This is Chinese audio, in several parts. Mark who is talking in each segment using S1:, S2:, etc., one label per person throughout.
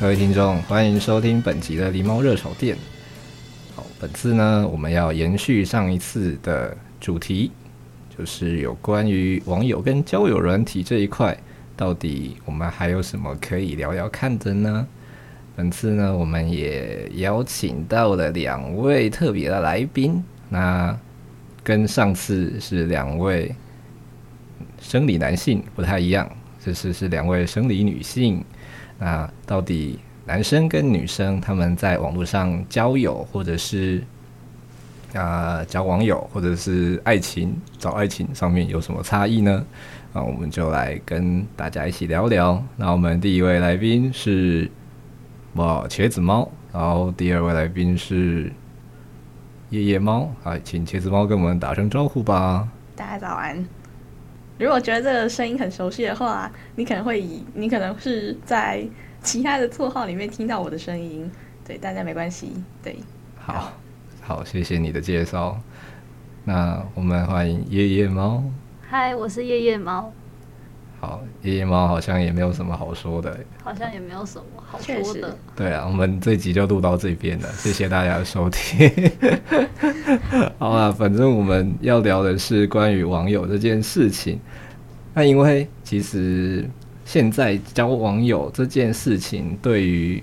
S1: 各位听众，欢迎收听本集的狸猫热炒店。好，本次呢，我们要延续上一次的主题，就是有关于网友跟交友软体这一块，到底我们还有什么可以聊聊看的呢？本次呢，我们也邀请到了两位特别的来宾，那跟上次是两位生理男性不太一样，这次是两位生理女性。那到底男生跟女生他们在网络上交友，或者是啊、呃交网友，或者是爱情找爱情上面有什么差异呢？啊，我们就来跟大家一起聊聊。那我们第一位来宾是哇茄子猫，然后第二位来宾是夜夜猫啊，请茄子猫跟我们打声招呼吧。
S2: 大家早安。如果觉得这个声音很熟悉的话，你可能会以你可能是在其他的绰号里面听到我的声音，对，大家没关系，对，
S1: 好，好，谢谢你的介绍。那我们欢迎夜夜猫。
S3: 嗨，我是夜夜猫，
S1: 好，夜夜猫好像也没有什么好说的。
S3: 好像也没有什么好
S2: 确
S3: 说
S2: 实
S3: 的。
S1: 对啊，我们这集就录到这边了，谢谢大家的收听。 好啊，反正我们要聊的是关于网友这件事情。那因为其实现在交网友这件事情，对于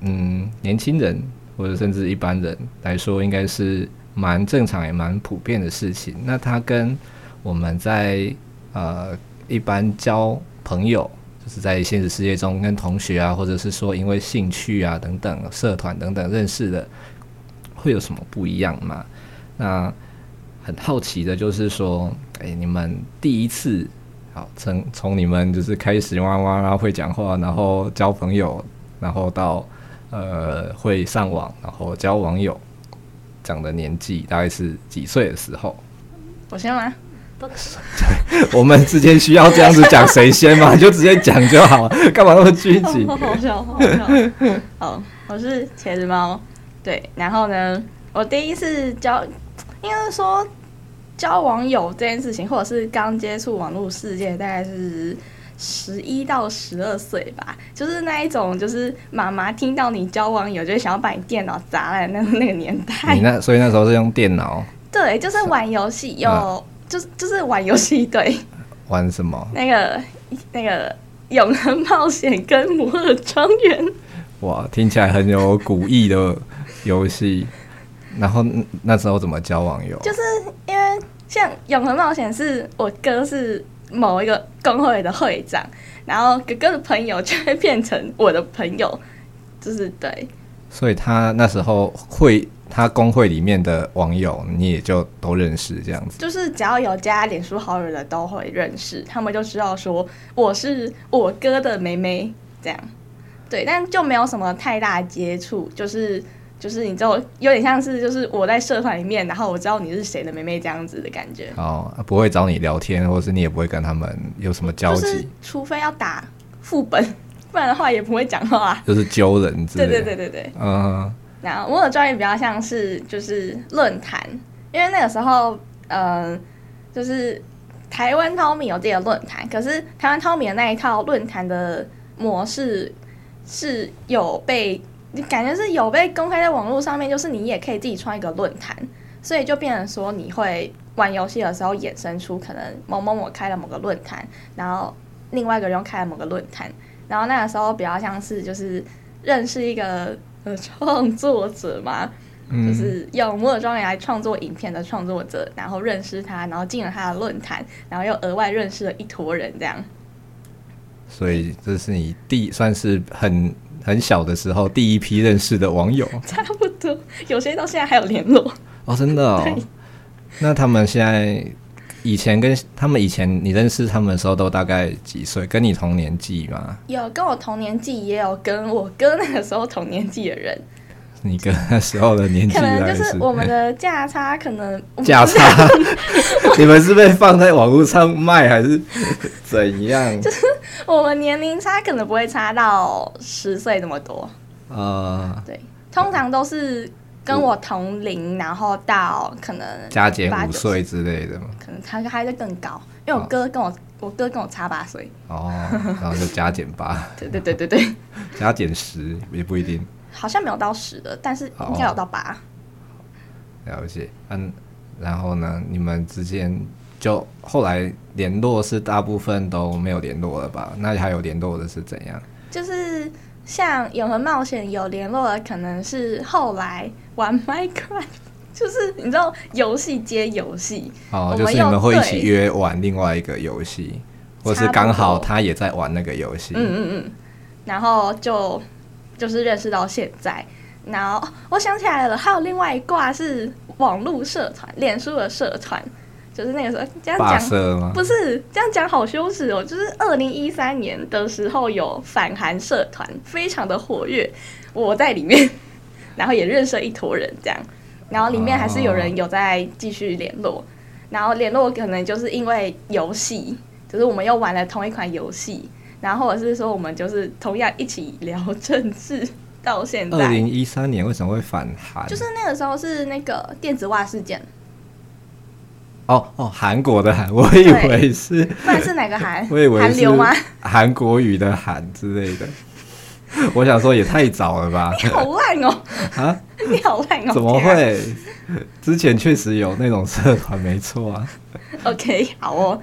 S1: 嗯年轻人或者甚至一般人来说，应该是蛮正常也蛮普遍的事情。那它跟我们在呃一般交朋友，就是在现实世界中跟同学啊，或者是说因为兴趣啊等等、社团等等认识的，会有什么不一样吗？那很好奇的就是说，哎、你们第一次好从从你们就是开始哇哇哇会讲话，然后交朋友，然后到呃会上网，然后交网友。这样的年纪大概是几岁的时候？
S2: 我先吗？
S3: 不可
S1: 我们之间需要这样子讲谁先吗？ 就直接讲就好了，干嘛那么 拘谨？
S2: 好好笑，好好笑。好，我是茄子猫。对，然后呢，我第一次交，应该是说交网友这件事情，或者是刚接触网络世界，大概是十一到十二岁吧。就是那一种，就是妈妈听到你交网友，就会想要把你电脑砸烂那那个年代
S1: 你。那所以那时候是用电脑
S2: 对，就是玩游戏有，
S1: 啊
S2: 就是就是玩游戏，对，
S1: 玩什么？
S2: 那个那个永恒冒险跟摩尔庄园。
S1: 哇，听起来很有古意的游戏。 然后嗯那时候怎么交网友？
S2: 就是因为像《永恒冒险》是我哥是某一个工会的会长，然后哥哥的朋友就会变成我的朋友，就是对
S1: 所以他那时候会他工会里面的网友，你也就都认识这样子。
S2: 就是只要有加脸书好友的都会认识，他们就知道说我是我哥的妹妹这样。对，但就没有什么太大的接触，就是就是你知道，有点像是就是我在社团里面，然后我知道你是谁的妹妹这样子的感觉。
S1: 哦，不会找你聊天，或是你也不会跟他们有什么交
S2: 就
S1: 集，
S2: 是除非要打副本，不然的话也不会讲话、啊。
S1: 就是揪人之类
S2: 对
S1: 的。
S2: 对对对对。
S1: 嗯、
S2: 然后我的专业比较像是就是论坛，因为那个时候呃，就是台湾淘米有自己的论坛，可是台湾淘米的那一套论坛的模式是有被你感觉是有被公开在网络上面，就是你也可以自己创一个论坛，所以就变成说你会玩游戏的时候衍生出可能某某某开了某个论坛，然后另外一个人又开了某个论坛，然后那个时候比较像是就是认识一个呃创作者嘛，就
S1: 嗯，
S2: 是用摩尔庄园来创作影片的创作者，然后认识他，然后进了他的论坛，然后又额外认识了一坨人这样。
S1: 所以这是你第算是很很小的时候第一批认识的网友
S2: 差不多，有些到现在还有联络。
S1: 哦，真的哦
S2: 对。
S1: 那他们现在以前跟他们以前你认识他们的时候都大概几岁？跟你同年纪吗？
S2: 有跟我同年纪，也有跟我哥那个时候同年纪的人，
S1: 你跟那时候的年纪
S2: 可
S1: 大
S2: 能
S1: 概
S2: 就是 是我们的价差，可能我们
S1: 价差，你们是被放在网络上卖还是怎 样？
S2: 我们年龄差可能不会差到十岁那么多，
S1: 呃，
S2: 对，通常都是跟我同龄，然后到可能
S1: 加减
S2: 八
S1: 五
S2: 九
S1: 岁之类的嘛。
S2: 可能他还在更高，因为我
S1: 哦
S2: 哥跟我、我哥跟我差八岁，
S1: 哦，然后就加减八，
S2: 对对对对对，
S1: 加减十也不一定
S2: 好像没有到十的，但是应该有到八。
S1: 了解。嗯，然后呢，你们之间就后来联络是大部分都没有联络了吧？那还有联络的是怎样？
S2: 就是像《永恒冒险》有联络的，可能是后来玩 Minecraft，就是 你知道游戏接游戏，
S1: 哦
S2: 我，
S1: 就
S2: 们
S1: 是你们
S2: 又
S1: 会一
S2: 对
S1: 起约玩另外一个游戏，或是
S2: 差不
S1: 刚好
S2: 多
S1: 他也在玩那个游戏。
S2: 嗯嗯嗯，然后就就是认识到现在。然后哦我想起来了，还有另外一挂是网络社团，脸书的社团，就是那个时候这样
S1: 霸
S2: 讲。
S1: 社吗？
S2: 不是这样讲好羞耻哦，就是二零一三年的时候有反韩社团，非常的活跃，我在里面， 然后也认识了一坨人这样，然后里面还是有人有在继续联络，然后联络可能就是因为游戏，就是我们又玩了同一款游戏，然后或者是说我们就是同样一起聊政治到现
S1: 二
S2: 在，
S1: 零一三年为什么会反韩？
S2: 就是那个时候是那个电子袜事件，
S1: 哦哦，韩国的韩，我以
S2: 对
S1: 为是
S2: 不然是哪个韩？
S1: 我以为
S2: 韩
S1: 是
S2: 流吗？
S1: 韩国语的韩之类的。 我想说也太早了 吧？
S2: 你好烂哦，
S1: 啊，
S2: 你好烂哦！
S1: 怎么
S2: 天啊
S1: 会？之前确实有那种社团，没错啊。
S2: OK，好哦。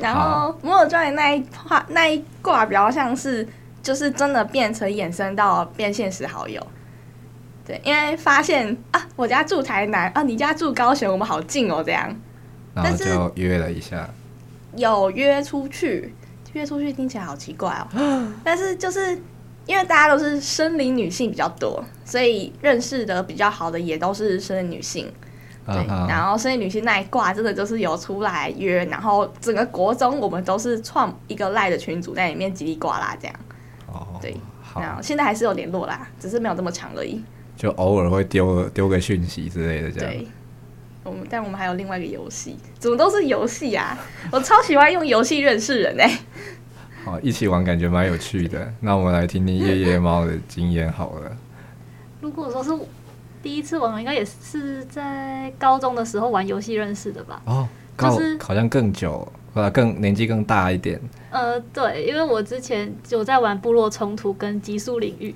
S2: 然后《摩尔庄园》那一话那一卦比较像是，就是真的变成衍生到变现实好友。对，因为发现啊，我家住台南啊，你家住高雄，我们好近哦，这样
S1: 然后
S2: 但是
S1: 就约了一下，
S2: 有约出去，约出去听起来好奇怪哦。但是就是因为大家都是生理女性比较多，所以认识的比较好的也都是生理女性。对
S1: 嗯，哼，
S2: 然后所以女性那一挂真的就是有出来约，然后整个国中我们都是创一个赖的群组在里面叽里呱啦这样，
S1: 哦，
S2: 对，
S1: 好，
S2: 然后现在还是有联络啦，只是没有这么长而已。
S1: 就偶尔会丢丢个讯息之类的这样。
S2: 对，我们但我们还有另外一个游戏，怎么都是游戏啊？我超喜欢用游戏认识人哎、
S1: 好，哦一起玩感觉蛮有趣的。那我们来听听夜夜猫的经验好了。
S3: 如果说是第一次玩，应该也是在高中的时候玩游戏认识的吧？
S1: 哦，高
S3: 就是
S1: 好像更久，呃，更年纪更大一点。
S3: 呃，对，因为我之前有在玩部落冲突跟极速领域，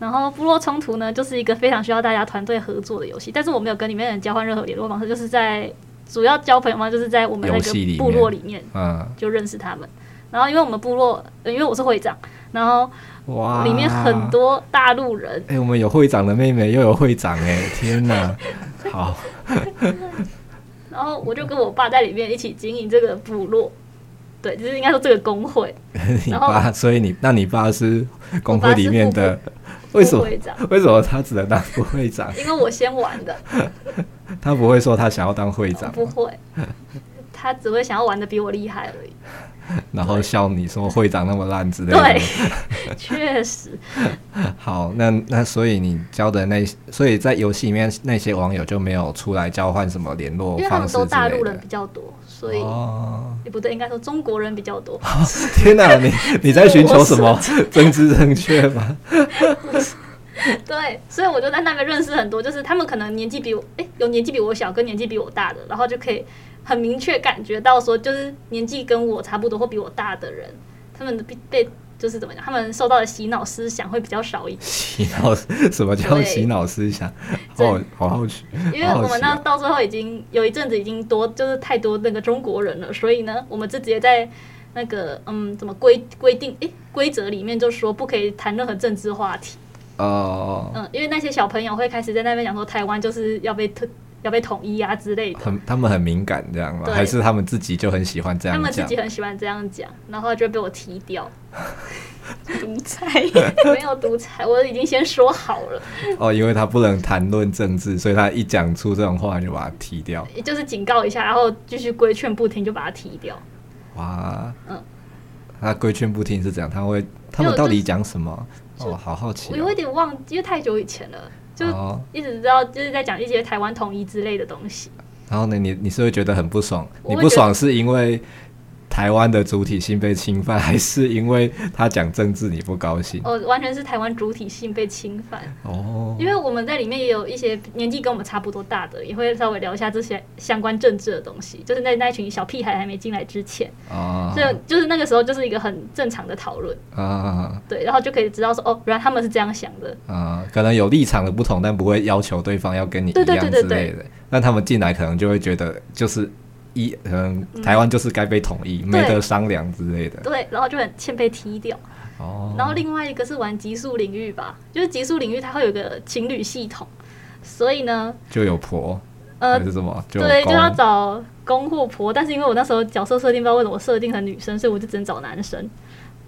S3: 然后部落冲突呢就是一个非常需要大家团队合作的游戏，但是我没有跟里面的人交换任何联络方式，就是在主要交朋友嘛，就是在我们那
S1: 游戏里
S3: 个部落
S1: 面
S3: 里面
S1: 嗯，
S3: 就认识他们。然后因为我们部落，呃因为我是会长，然后呃
S1: 哇，
S3: 里面很多大陆人，
S1: 哎、我们有会长的妹妹，又有会长、哎，天哪！好，
S3: 然后我就跟我爸在里面一起经营这个部落，对，就是应该说这个工会，
S1: 你
S3: 然后
S1: 爸，所以你，那你爸是工会里面的，
S3: 副
S1: 为什么？
S3: 会长，
S1: 为什么他只能当副会长？
S3: 因为我先玩 的，
S1: 他不会说他想要当会长
S3: 不
S1: 吗，
S3: 会，他只会想要玩的比我厉害而已。
S1: 然后笑你说会长那么烂之类的。
S3: 对， 确实，
S1: 好，那那所以你交的那，所以在游戏里面那些网友就没有出来交换什么联络
S3: 因为他
S1: 方
S3: 们
S1: 式
S3: 都
S1: 之
S3: 大
S1: 类
S3: 陆人
S1: 的
S3: 比。较多，所以、
S1: 哦，
S3: 也不对，应该说中国人比较多。
S1: 天哪！你你在寻求什么政治正确 吗？
S3: 对，所以我就在那边认识很多，就是他们可能年纪比我，哎、有年纪比我小跟年纪比我大的，然后就可以很明确感觉到说，就是年纪跟我差不多或比我大的人，他们的被被就是怎么讲，他们受到的洗脑思想会比较少一点，
S1: 洗脑什么叫
S3: 对
S1: 洗脑思想？哦
S3: 这
S1: 好好好奇，
S3: 因为
S1: 好好
S3: 我们
S1: 奇
S3: 那
S1: 哦
S3: 到最后已经有一阵子已经多就是太多那个中国人了，所以呢，我们自己也在。那个嗯，怎么规规定？诶，规则里面就说不可以谈任何政治话题。
S1: 哦，
S3: 嗯，因为那些小朋友会开始在那边讲说，台湾就是要被特要被统一啊之类的。
S1: 很他们很敏感这样吗？
S3: 对
S1: 还是他们自己就很喜欢这
S3: 他
S1: 样
S3: 们自
S1: 讲
S3: 己？很喜欢这样讲，然后就被我踢掉，
S2: 独 裁。
S3: 没有独裁，我已经先说好了，
S1: 哦，因为他不能谈论政治，所以他一讲出这种话就把他踢掉。
S3: 也就是警告一下，然后继续规劝不听，就把他踢掉。
S1: 哇，
S3: 嗯
S1: 他规劝不听是怎样？他会他们到底讲什么？哦，好好奇
S3: 我有一
S1: 哦、
S3: 点忘，因为太久以前了，就
S1: 哦
S3: 一直知道就是在讲一些台湾统一之类的东西。
S1: 然后呢，你你是会觉得很不爽？
S3: 我
S1: 你
S3: 会
S1: 不爽是因为台湾的主体性被侵犯，还是因为他讲政治你不高兴？
S3: 哦，完全是台湾主体性被侵犯，
S1: 哦
S3: 因为我们在里面也有一些年纪跟我们差不多大的，也会稍微聊一下这些相关政治的东西，就是在那一群小屁孩还没进来之前，
S1: 啊
S3: 所以就是那个时候就是一个很正常的讨论，
S1: 啊
S3: 对，然后就可以知道说，哦，原来他们是这样想的，
S1: 啊！可能有立场的不同，但不会要求对方要跟你一
S3: 对对
S1: 样之
S3: 对对
S1: 类的。那他们进来可能就会觉得就是一，可能台湾就是该被统一，没得商量之类的。
S3: 嗯对，然后就很欠被踢掉。
S1: 哦，
S3: 然后另外一个是玩极速领域吧，就是极速领域它会有个情侣系统，所以呢，
S1: 就有婆、
S3: 呃
S1: 还，是什么？就有
S3: 对，就
S1: 公
S3: 要找公或婆，但是因为我那时候角色设定不知道为什么设定成女生，所以我就只能找男生。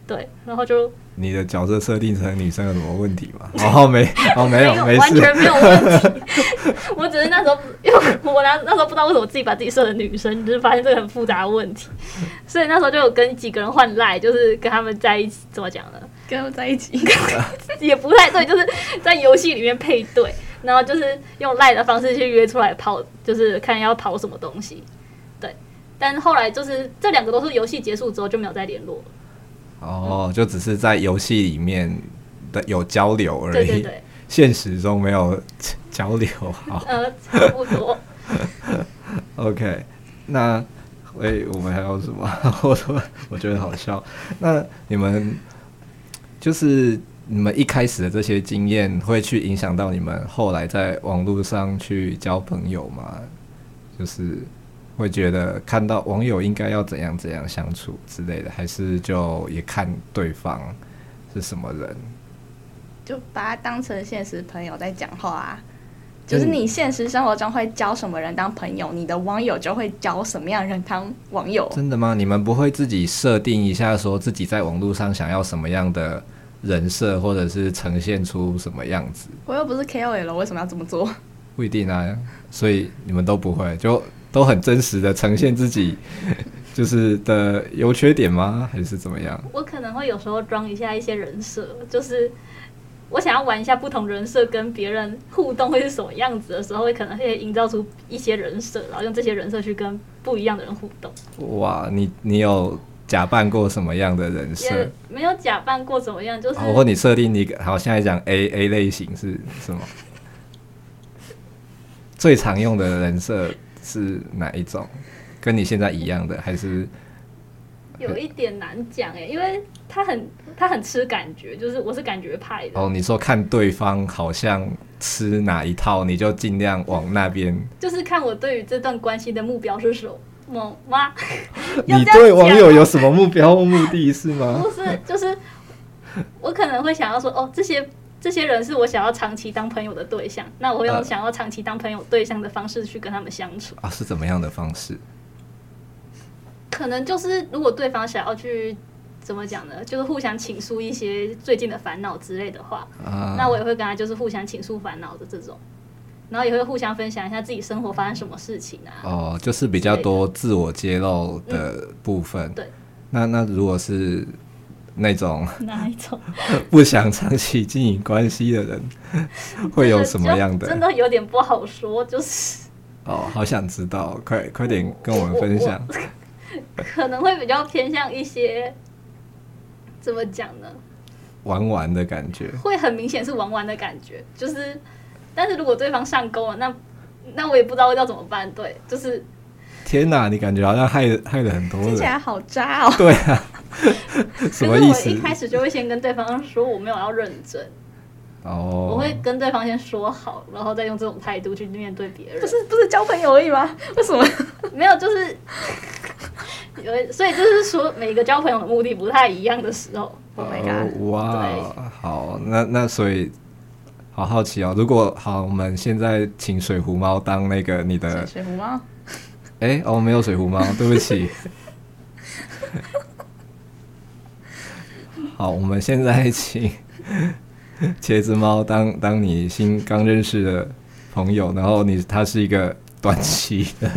S3: 对，然后就
S1: 你的角色设定成女生有什么问题吗？ 哦，没，哦，没有，没
S3: 完
S1: 事。
S3: 全没有问题。 我只是那时候，因为我那那时候不知道为什么自己把自己设成女生，就是发现这个很复杂的问题，所以那时候就有跟几个人换赖，就是跟他们在一起，怎么讲呢？
S2: 跟我在一起，
S3: 也不太对，就是在游戏里面配对，然后就是用赖的方式去约出来跑，就是看要跑什么东西。对，但后来就是这两个都是游戏结束之后就没有再联络了。
S1: 哦，就只是在游戏里面的有交流而
S3: 对
S1: 已，
S3: 对对，
S1: 现实中没有交流。好
S3: 呃， 差不多。
S1: ，OK，那诶、我们还有什么？ 我说我觉得好笑。那你们就是你们一开始的这些经验，会去影响到你们后来在网络上去交朋友吗？就是会觉得看到网友应该要怎样怎样相处之类的，还是就也看对方是什么人？
S2: 就把他当成现实朋友在讲话啊。就是你现实生活中会交什么人当朋友，你的网友就会交什么样的人当网友。
S1: 真的吗？你们不会自己设定一下，说自己在网络上想要什么样的人设，或者是呈现出什么样子？
S2: 我又不是 KOL，了为什么要这么做？
S1: 不一定啊，所以你们都不会，就都很真实的呈现自己，就是的优缺点吗？还是怎么样？
S3: 我可能会有时候装一下一些人设，就是我想要玩一下不同人设跟别人互动会是什么样子的时候，会可能会营造出一些人设，然后用这些人设去跟不一样的人互动。
S1: 哇，你你有假扮过什么样的人设？
S3: 也没有假扮过怎么样，就是
S1: 好，我问你设定你一个好，现在讲 A A 类型是什么？最常用的人设是哪一种？跟你现在一样的，还是
S3: 有一点难讲哎，因为他很他很吃感觉，就是我是感觉派的，
S1: 哦？你说看对方好像吃哪一套，你就尽量往那边。
S3: 就是看我对于这段关系的目标是什么吗？要
S1: 你
S3: 这样
S1: 对网
S3: 讲
S1: 友有什么目标或目的是吗
S3: 不？是，就是我可能会想要说，哦，这些这些人是我想要长期当朋友的对象，那我会用
S1: 呃
S3: 想要长期当朋友对象的方式去跟他们相处。
S1: 啊，是怎么样的方式？
S3: 可能就是如果对方想要去怎么讲呢，就是互相倾诉一些最近的烦恼之类的话，
S1: 啊，
S3: 那我也会跟他就是互相倾诉烦恼的这种，然后也会互相分享一下自己生活发生什么事情啊。
S1: 哦，就是比较多自我揭露的部分。
S3: 嗯对，
S1: 那那如果是那种
S3: 哪一种？
S1: 不想长期经营关系的 人，会有什么样
S3: 就真
S1: 的？
S3: 的有点不好说，就是
S1: 哦，好想知道，快快点跟我们分享。
S3: 可能会比较偏向一些怎么讲呢？
S1: 玩玩的感觉，
S3: 会很明显是玩玩的感觉，就是，但是如果对方上钩了，那那我也不知道要怎么办。对， 就是
S1: 天哪，你感觉好像害害了很多
S2: 听起
S1: 人，
S2: 来好渣哦！
S1: 对啊， 什么
S3: 可
S1: 意
S3: 是
S1: 思
S3: 我一？开始就会先跟对方说我没有要认真，我
S1: 哦
S3: 会，跟对方先说好，然后再用这种态度去面对别人。
S2: 不是不是交朋友而已吗？为什么？
S3: 没有，就是有，所以就是说每个交朋友的目的不太一样的时候，
S2: Oh my
S1: 哦
S2: god！
S1: 哇，好，那那所以好好奇哦。如果好，我们现在请水壶猫当那个你的
S2: 水，水壶猫，
S1: 哎、哦，没有水壶猫，对不起。 好，我们现在请茄子猫当当你新刚认识的朋友，然后你他是一个短期的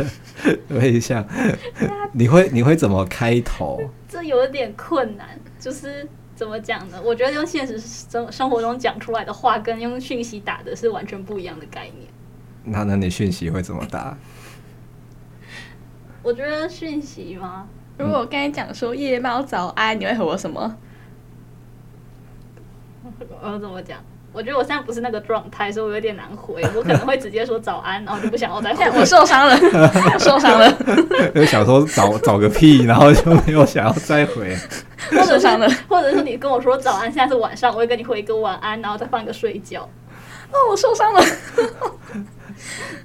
S1: 对象，你会你会怎么开头？
S3: 这有一点困难，就是怎么讲呢？我觉得用现实生生活中讲出来的话，跟用讯息打的是完全不一样的概念。
S1: 那那你讯息会怎么打？
S3: 我觉得讯息吗？
S2: 如果我跟你讲说夜猫早安，你会回我什么？
S3: 我怎么讲？我觉得我现在不是那个状态，所以我有点难回。我可能会直接说早安，然后就不想要再回
S2: 哎。我受伤 了，我受伤了，
S1: 就想说找找个屁，然后就没有想要再回。
S2: 我 受伤了。
S3: 或者是你跟我说早安，现在是晚上，我会跟你回一个晚安，然后再放一个睡 觉。
S2: 哦，我受伤了。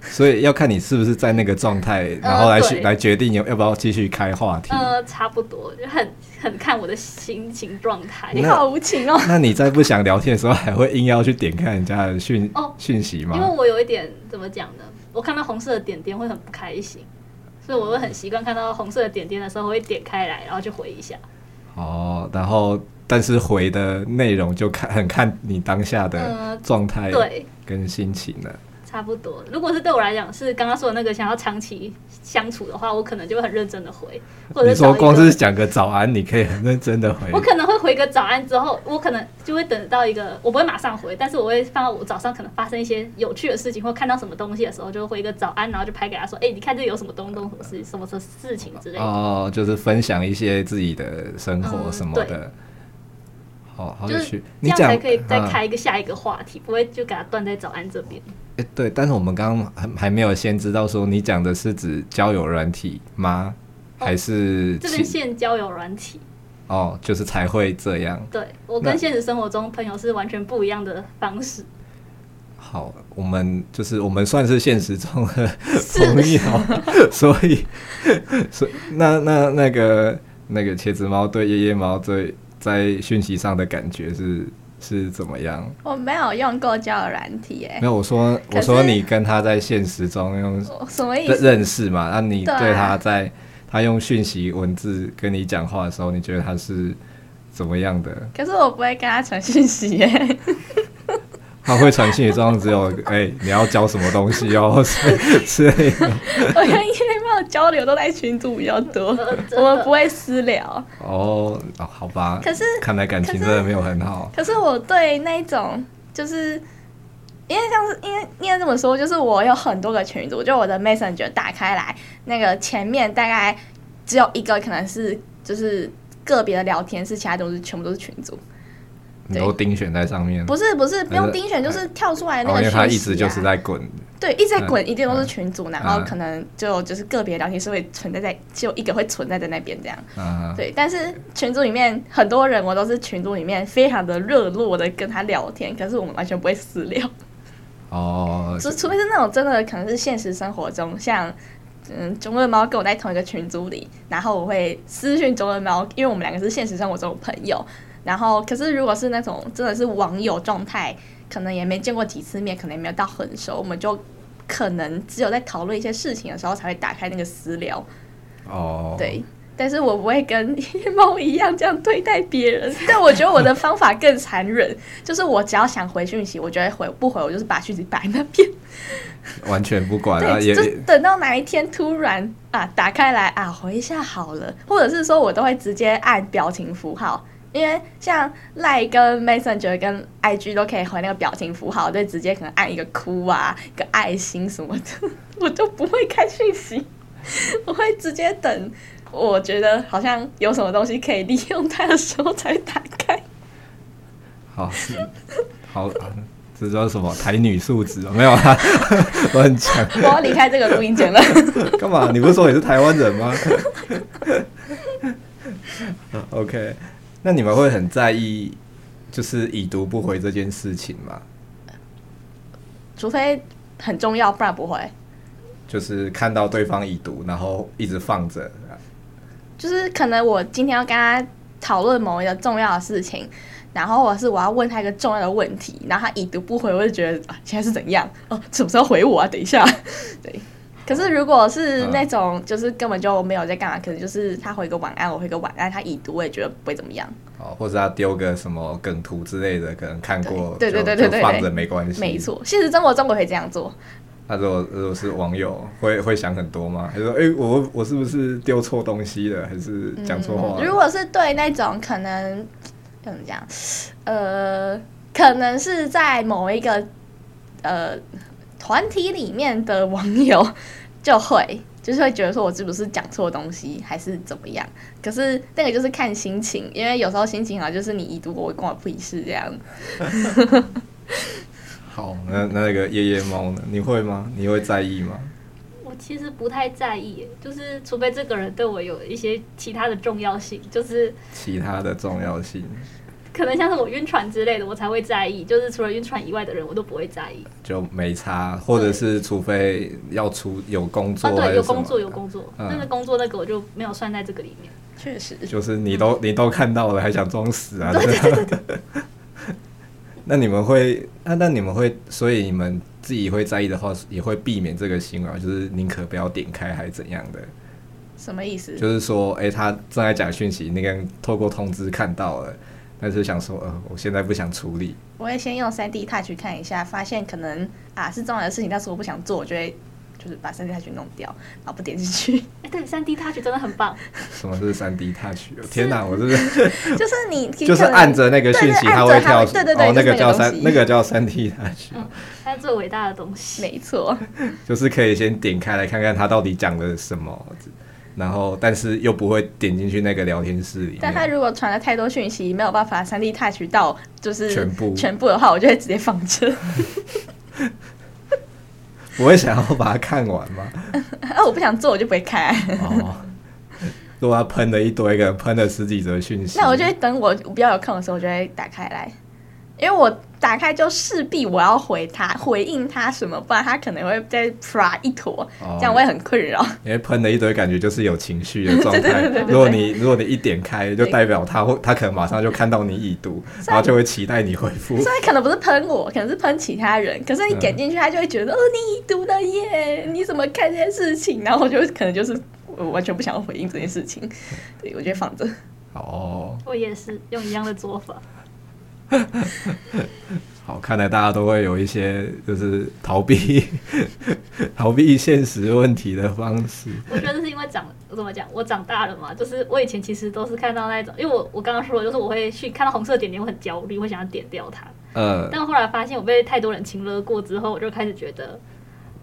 S1: 所以要看你是不是在那个状态，然后来
S3: 对
S1: 选来决定要要不要继续开话题。
S3: 呃，差不多，就很很看我的心情状态。
S2: 你好无情哦。
S1: 那你在不想聊天的时候，还会硬要去点开人家的讯
S3: 哦
S1: 讯息
S3: 因为
S1: 吗？
S3: 我有一点怎么讲呢？我看到红色的点点会很不开心，所以我会很习惯看到红色的点点的时候，我会点开来，然后就回一下。
S1: 哦，然后但是回的内容就看很看你当下的
S3: 嗯
S1: 状
S2: 哎
S1: 态
S3: 对，
S1: 跟心情了。
S3: 差不多。如果是对我来讲是刚刚说的那个想要长期相处的话，我可能就会很认真的回，或者
S1: 你
S3: 是找
S1: 说
S3: 一
S1: 光是
S3: 个。
S1: 讲个早安，你可以很认真的回
S3: 我。可能会回个早安之后，我可能就会等到一个，我不会马上回，但是我会放到我早上可能发生一些有趣的事情，或看到什么东西的时候，就会回一个早安，然后就拍给他说，哎、你看这里有什么东东，什么事，什么什么事情之类的。
S1: 哦，就是分享一些自己的生活
S3: 嗯
S1: 什么
S3: 对
S1: 的。好好
S3: 就
S1: 有
S3: 是
S1: 趣，
S3: 这
S1: 你
S3: 样
S1: 讲
S3: 才可以再
S1: 嗯
S3: 开一个下一个话题，不会就给它断在早安这边。
S1: 诶啊对，但是我们刚刚还还没有先知道说你讲的是指交友软体吗？
S3: 哦
S1: 还是
S3: 这边
S1: 其
S3: 现交友软体，
S1: 哦，就是才会这样。
S3: 对我
S1: 那
S3: 跟现实生活中朋友是完全不一样的方式。
S1: 好，我们就是我们算是现实中的朋友， 所以所以那那那个那个茄子猫对夜夜猫对在讯息上的感觉是是怎么样？
S2: 我没有用过交友软体诶、
S1: 没有，我说
S2: 可
S1: 我说
S2: 是
S1: 你跟他在现实中用
S2: 我什么意
S1: 认
S2: 思？
S1: 认识嘛？那你
S2: 对啊
S1: 对他在他用讯息文字跟你讲话的时候，你觉得他是怎么样的？
S2: 可是我不会跟他传讯息耶、
S1: 他会传讯息状只有 哎、你要教什么东西哦 之之类的
S2: 我跟夜猫交流都在群组比较 多，
S3: 真的
S2: 我们不会私聊。
S1: 哦哦，好吧。
S2: 可是
S1: 看来感情真的没有很好。
S2: 可是我对那一种就是。因为像是因为应该这么说，就是我有很多个群组，就我的 Messenger 打开来，那个前面大概只有一个可能是就是个别的聊天室，其他都是全部都是群组。
S1: 嗯你都盯选在上面，
S2: 不是不是，不
S1: 还
S2: 用
S1: 是
S2: 盯选，就是跳出来
S1: 然
S2: 的
S1: 后
S2: 那
S1: 因
S2: 个、
S1: 哦为
S2: 讯
S1: 他一
S2: 息
S1: 直就
S2: 啊
S1: 是在滚，
S2: 对，一直在滚，
S1: 嗯
S2: 一定都是群组，然后
S1: 嗯
S2: 可能就就是个别聊天是会存在在，只有一个会存在在那边这样。
S1: 啊，
S2: 对，但是群组里面很多人，我都是群组里面非常的热络的跟他聊天，可是我们完全不会私聊，
S1: 哦，
S2: 除除非是那种真的可能是现实生活中像。嗯，中二猫跟我在同一个群组里，然后我会私讯中二猫，因为我们两个是现实生活中的朋友。然后，可是如果是那种真的是网友状态，可能也没见过几次面，可能也没有到很熟，我们就可能只有在讨论一些事情的时候才会打开那个私聊。
S1: 哦，
S2: 对，但是我不会跟 夜猫一样这样对待别人。 但我觉得我的方法更残忍，就是我只要想回讯息，我就会回；不回，我就是把讯息摆那边。
S1: 完全不管啊，
S2: 对，
S1: 也
S2: 就是等到哪一天突然啊打开来啊回一下好了，或者是说我都会直接按表情符号。因为像赖跟 Messenger 跟 IG 都可以回那个表情符号，就直接可能按一个哭啊，一个爱心什么的， 我都不会看讯息，我会直接等我觉得好像有什么东西可以利用它的时候才会打 开。
S1: 好，好，这叫什么台女素质哦？ 没有啦，我很强。
S2: 我要离开这个录音间了。
S1: 干嘛？你不是说你是台湾人吗 ？OK，那你们会很在意就是已读不回这件事情吗？
S2: 除非很重要，不然不会。
S1: 就是看到对方已读，然后一直放着，
S2: 就是可能我今天要跟他讨论某一个重要的事情，然后或者是我要问他一个重要的问题，然后他已读不回，我就觉得啊，现在是怎样？哦，什么时候回我啊？等一下， 对。可是如果是那种就是根本就没有在干嘛，可能就是他回个晚安，我回个晚安，他已读我也觉得不会怎么样。
S1: 哦，或者他丢个什么梗图之类的，可能看过
S2: 对对
S1: 就
S2: 对对对
S1: 就
S2: 对
S1: 放着没关系。
S2: 没。错，现实生活中我会这样做，
S1: 那如果如果是网友，会会想很多吗？还是说，哎、我我是不是丢错东西了，还是讲错话了、
S2: 嗯如果是对那种可能怎么讲，呃，可能是在某一个呃团体里面的网友就会。就是会觉得说我是不是讲错东西，还是怎么样？可是那个就是看心情，因为有时候心情好，就是你已读我关我屁事这样。
S1: 好，那那个夜夜猫呢？你会吗？你会在意吗？
S3: 我其实不太在意耶，就是除非这个人对我有一些其他的重要性，就是
S1: 其他的重要性，
S3: 可能像是我晕船之类的，我才会在意。就是除了晕船以外的人，我都不会在意。
S1: 就没差，或者是除非要出有工作
S3: 啊，
S1: 还
S3: 对，
S1: 是
S3: 有
S1: 什么
S3: 工作有工作，
S1: 嗯
S3: 那个工作那个我就没有算在这个里面。
S2: 确实，
S1: 就是你
S2: 嗯
S1: 都你都看到了，还想装死啊？这样 那你们会那、那你们会，所以你们自己会在意的话，也会避免这个行为，就是宁可不要点开，还是怎样的？
S2: 什么意思？
S1: 就是说，哎、他正在讲讯息，那个人透过通知看到了，但是想说，呃，我现在不想处理，
S2: 我会先用三 D touch 看一下，发现可能啊是重要的事情，但是我不想做，我就会就是把三 D touch 弄掉，然后不点进去。
S3: 哎，对，三 D touch 真的很棒，
S1: 什么是三 D touch？天哦哪，我是不是
S2: 就是你你
S1: 就是
S2: 可能
S1: 按着那个
S2: 对
S1: 讯息，
S2: 对按着
S1: 会
S2: 它
S1: 跳
S2: 会
S1: 出，
S2: 对对对
S1: 哦，那
S2: 就是
S1: 个
S2: 那个
S1: 叫
S2: 东
S1: 三
S2: 西嗯
S1: 那个叫三 D touch，
S3: 它是最伟大的东西。
S2: 没错，
S1: 嗯就是可以先点开来看看他到底讲了什么，然后但是又不会点进去那个聊天室里
S2: 但他
S1: 面。
S2: 如果传了太多讯息，没有办法三 D touch 到就是
S1: 全部
S2: 全部的话，我就会直接放着。
S1: 不会想要把它看完吗？
S2: 啊，我不想做，我就不会开，
S1: 哦， 如果他喷了一堆，可能喷了十几则讯息，
S2: 那我就会等我比较有空的时候，我就会打开来，因为我打开就势必我要回他回应他什么，不然他可能会再啪一坨，
S1: 哦
S2: 这样我也很困扰。
S1: 因为喷了一堆，感觉就是有情绪的状态
S2: 对对对对。对
S1: 如果你如果你一点开，就代表他会他可能马上就看到你已读，然后就会期待你回复。
S2: 所以可能不是喷我，可能是喷其他人。可是你点进去，他就会觉得、
S1: 嗯
S2: 哦，你已读了耶，你怎么看这件事情？然后我就可能就是我完全不想要回应这件事情，对我就会放着。
S1: 哦，
S3: 我也是用一样的做法。
S1: 好，看来大家都会有一些就是逃避 逃避现实问题的方式。
S3: 我觉得是因为长怎么讲，我长大了嘛，就是我以前其实都是看到那种，因为我我刚刚说了，就是我会去看到红色点点，我很焦虑，会想要点掉它。
S1: 呃，
S3: 但后来发现我被太多人亲了过之后，我就开始觉得，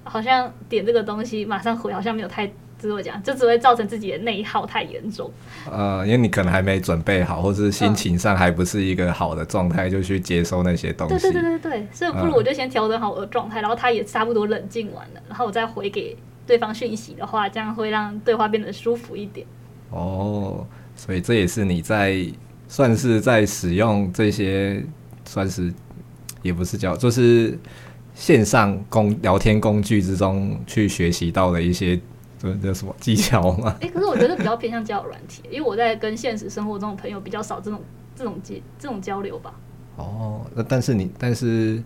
S3: 好像点这个东西马上回，好像没有太，就是我讲，就只会造成自己的内耗太严重。
S1: 呃，因为你可能还没准备好，或是心情上还不是一个好的状态，就去接收那些东
S3: 对
S1: 西
S3: 对。对对对，所以不如我就先调整好我的状态，然后他也差不多冷静完了，然后我再回给对方讯息的话，这样会让对话变得舒服一
S1: 嗯
S3: 点。
S1: 哦，所以这也是你在算是在使用这些，算是也不是叫，就是线上工聊天工具之中去学习到的一些，这叫什么技巧吗？
S3: 哎、可是我觉得比较偏向交友软体，因为我在跟现实生活中的朋友比较少这种这种接这种交流吧。
S1: 哦，那但是你但是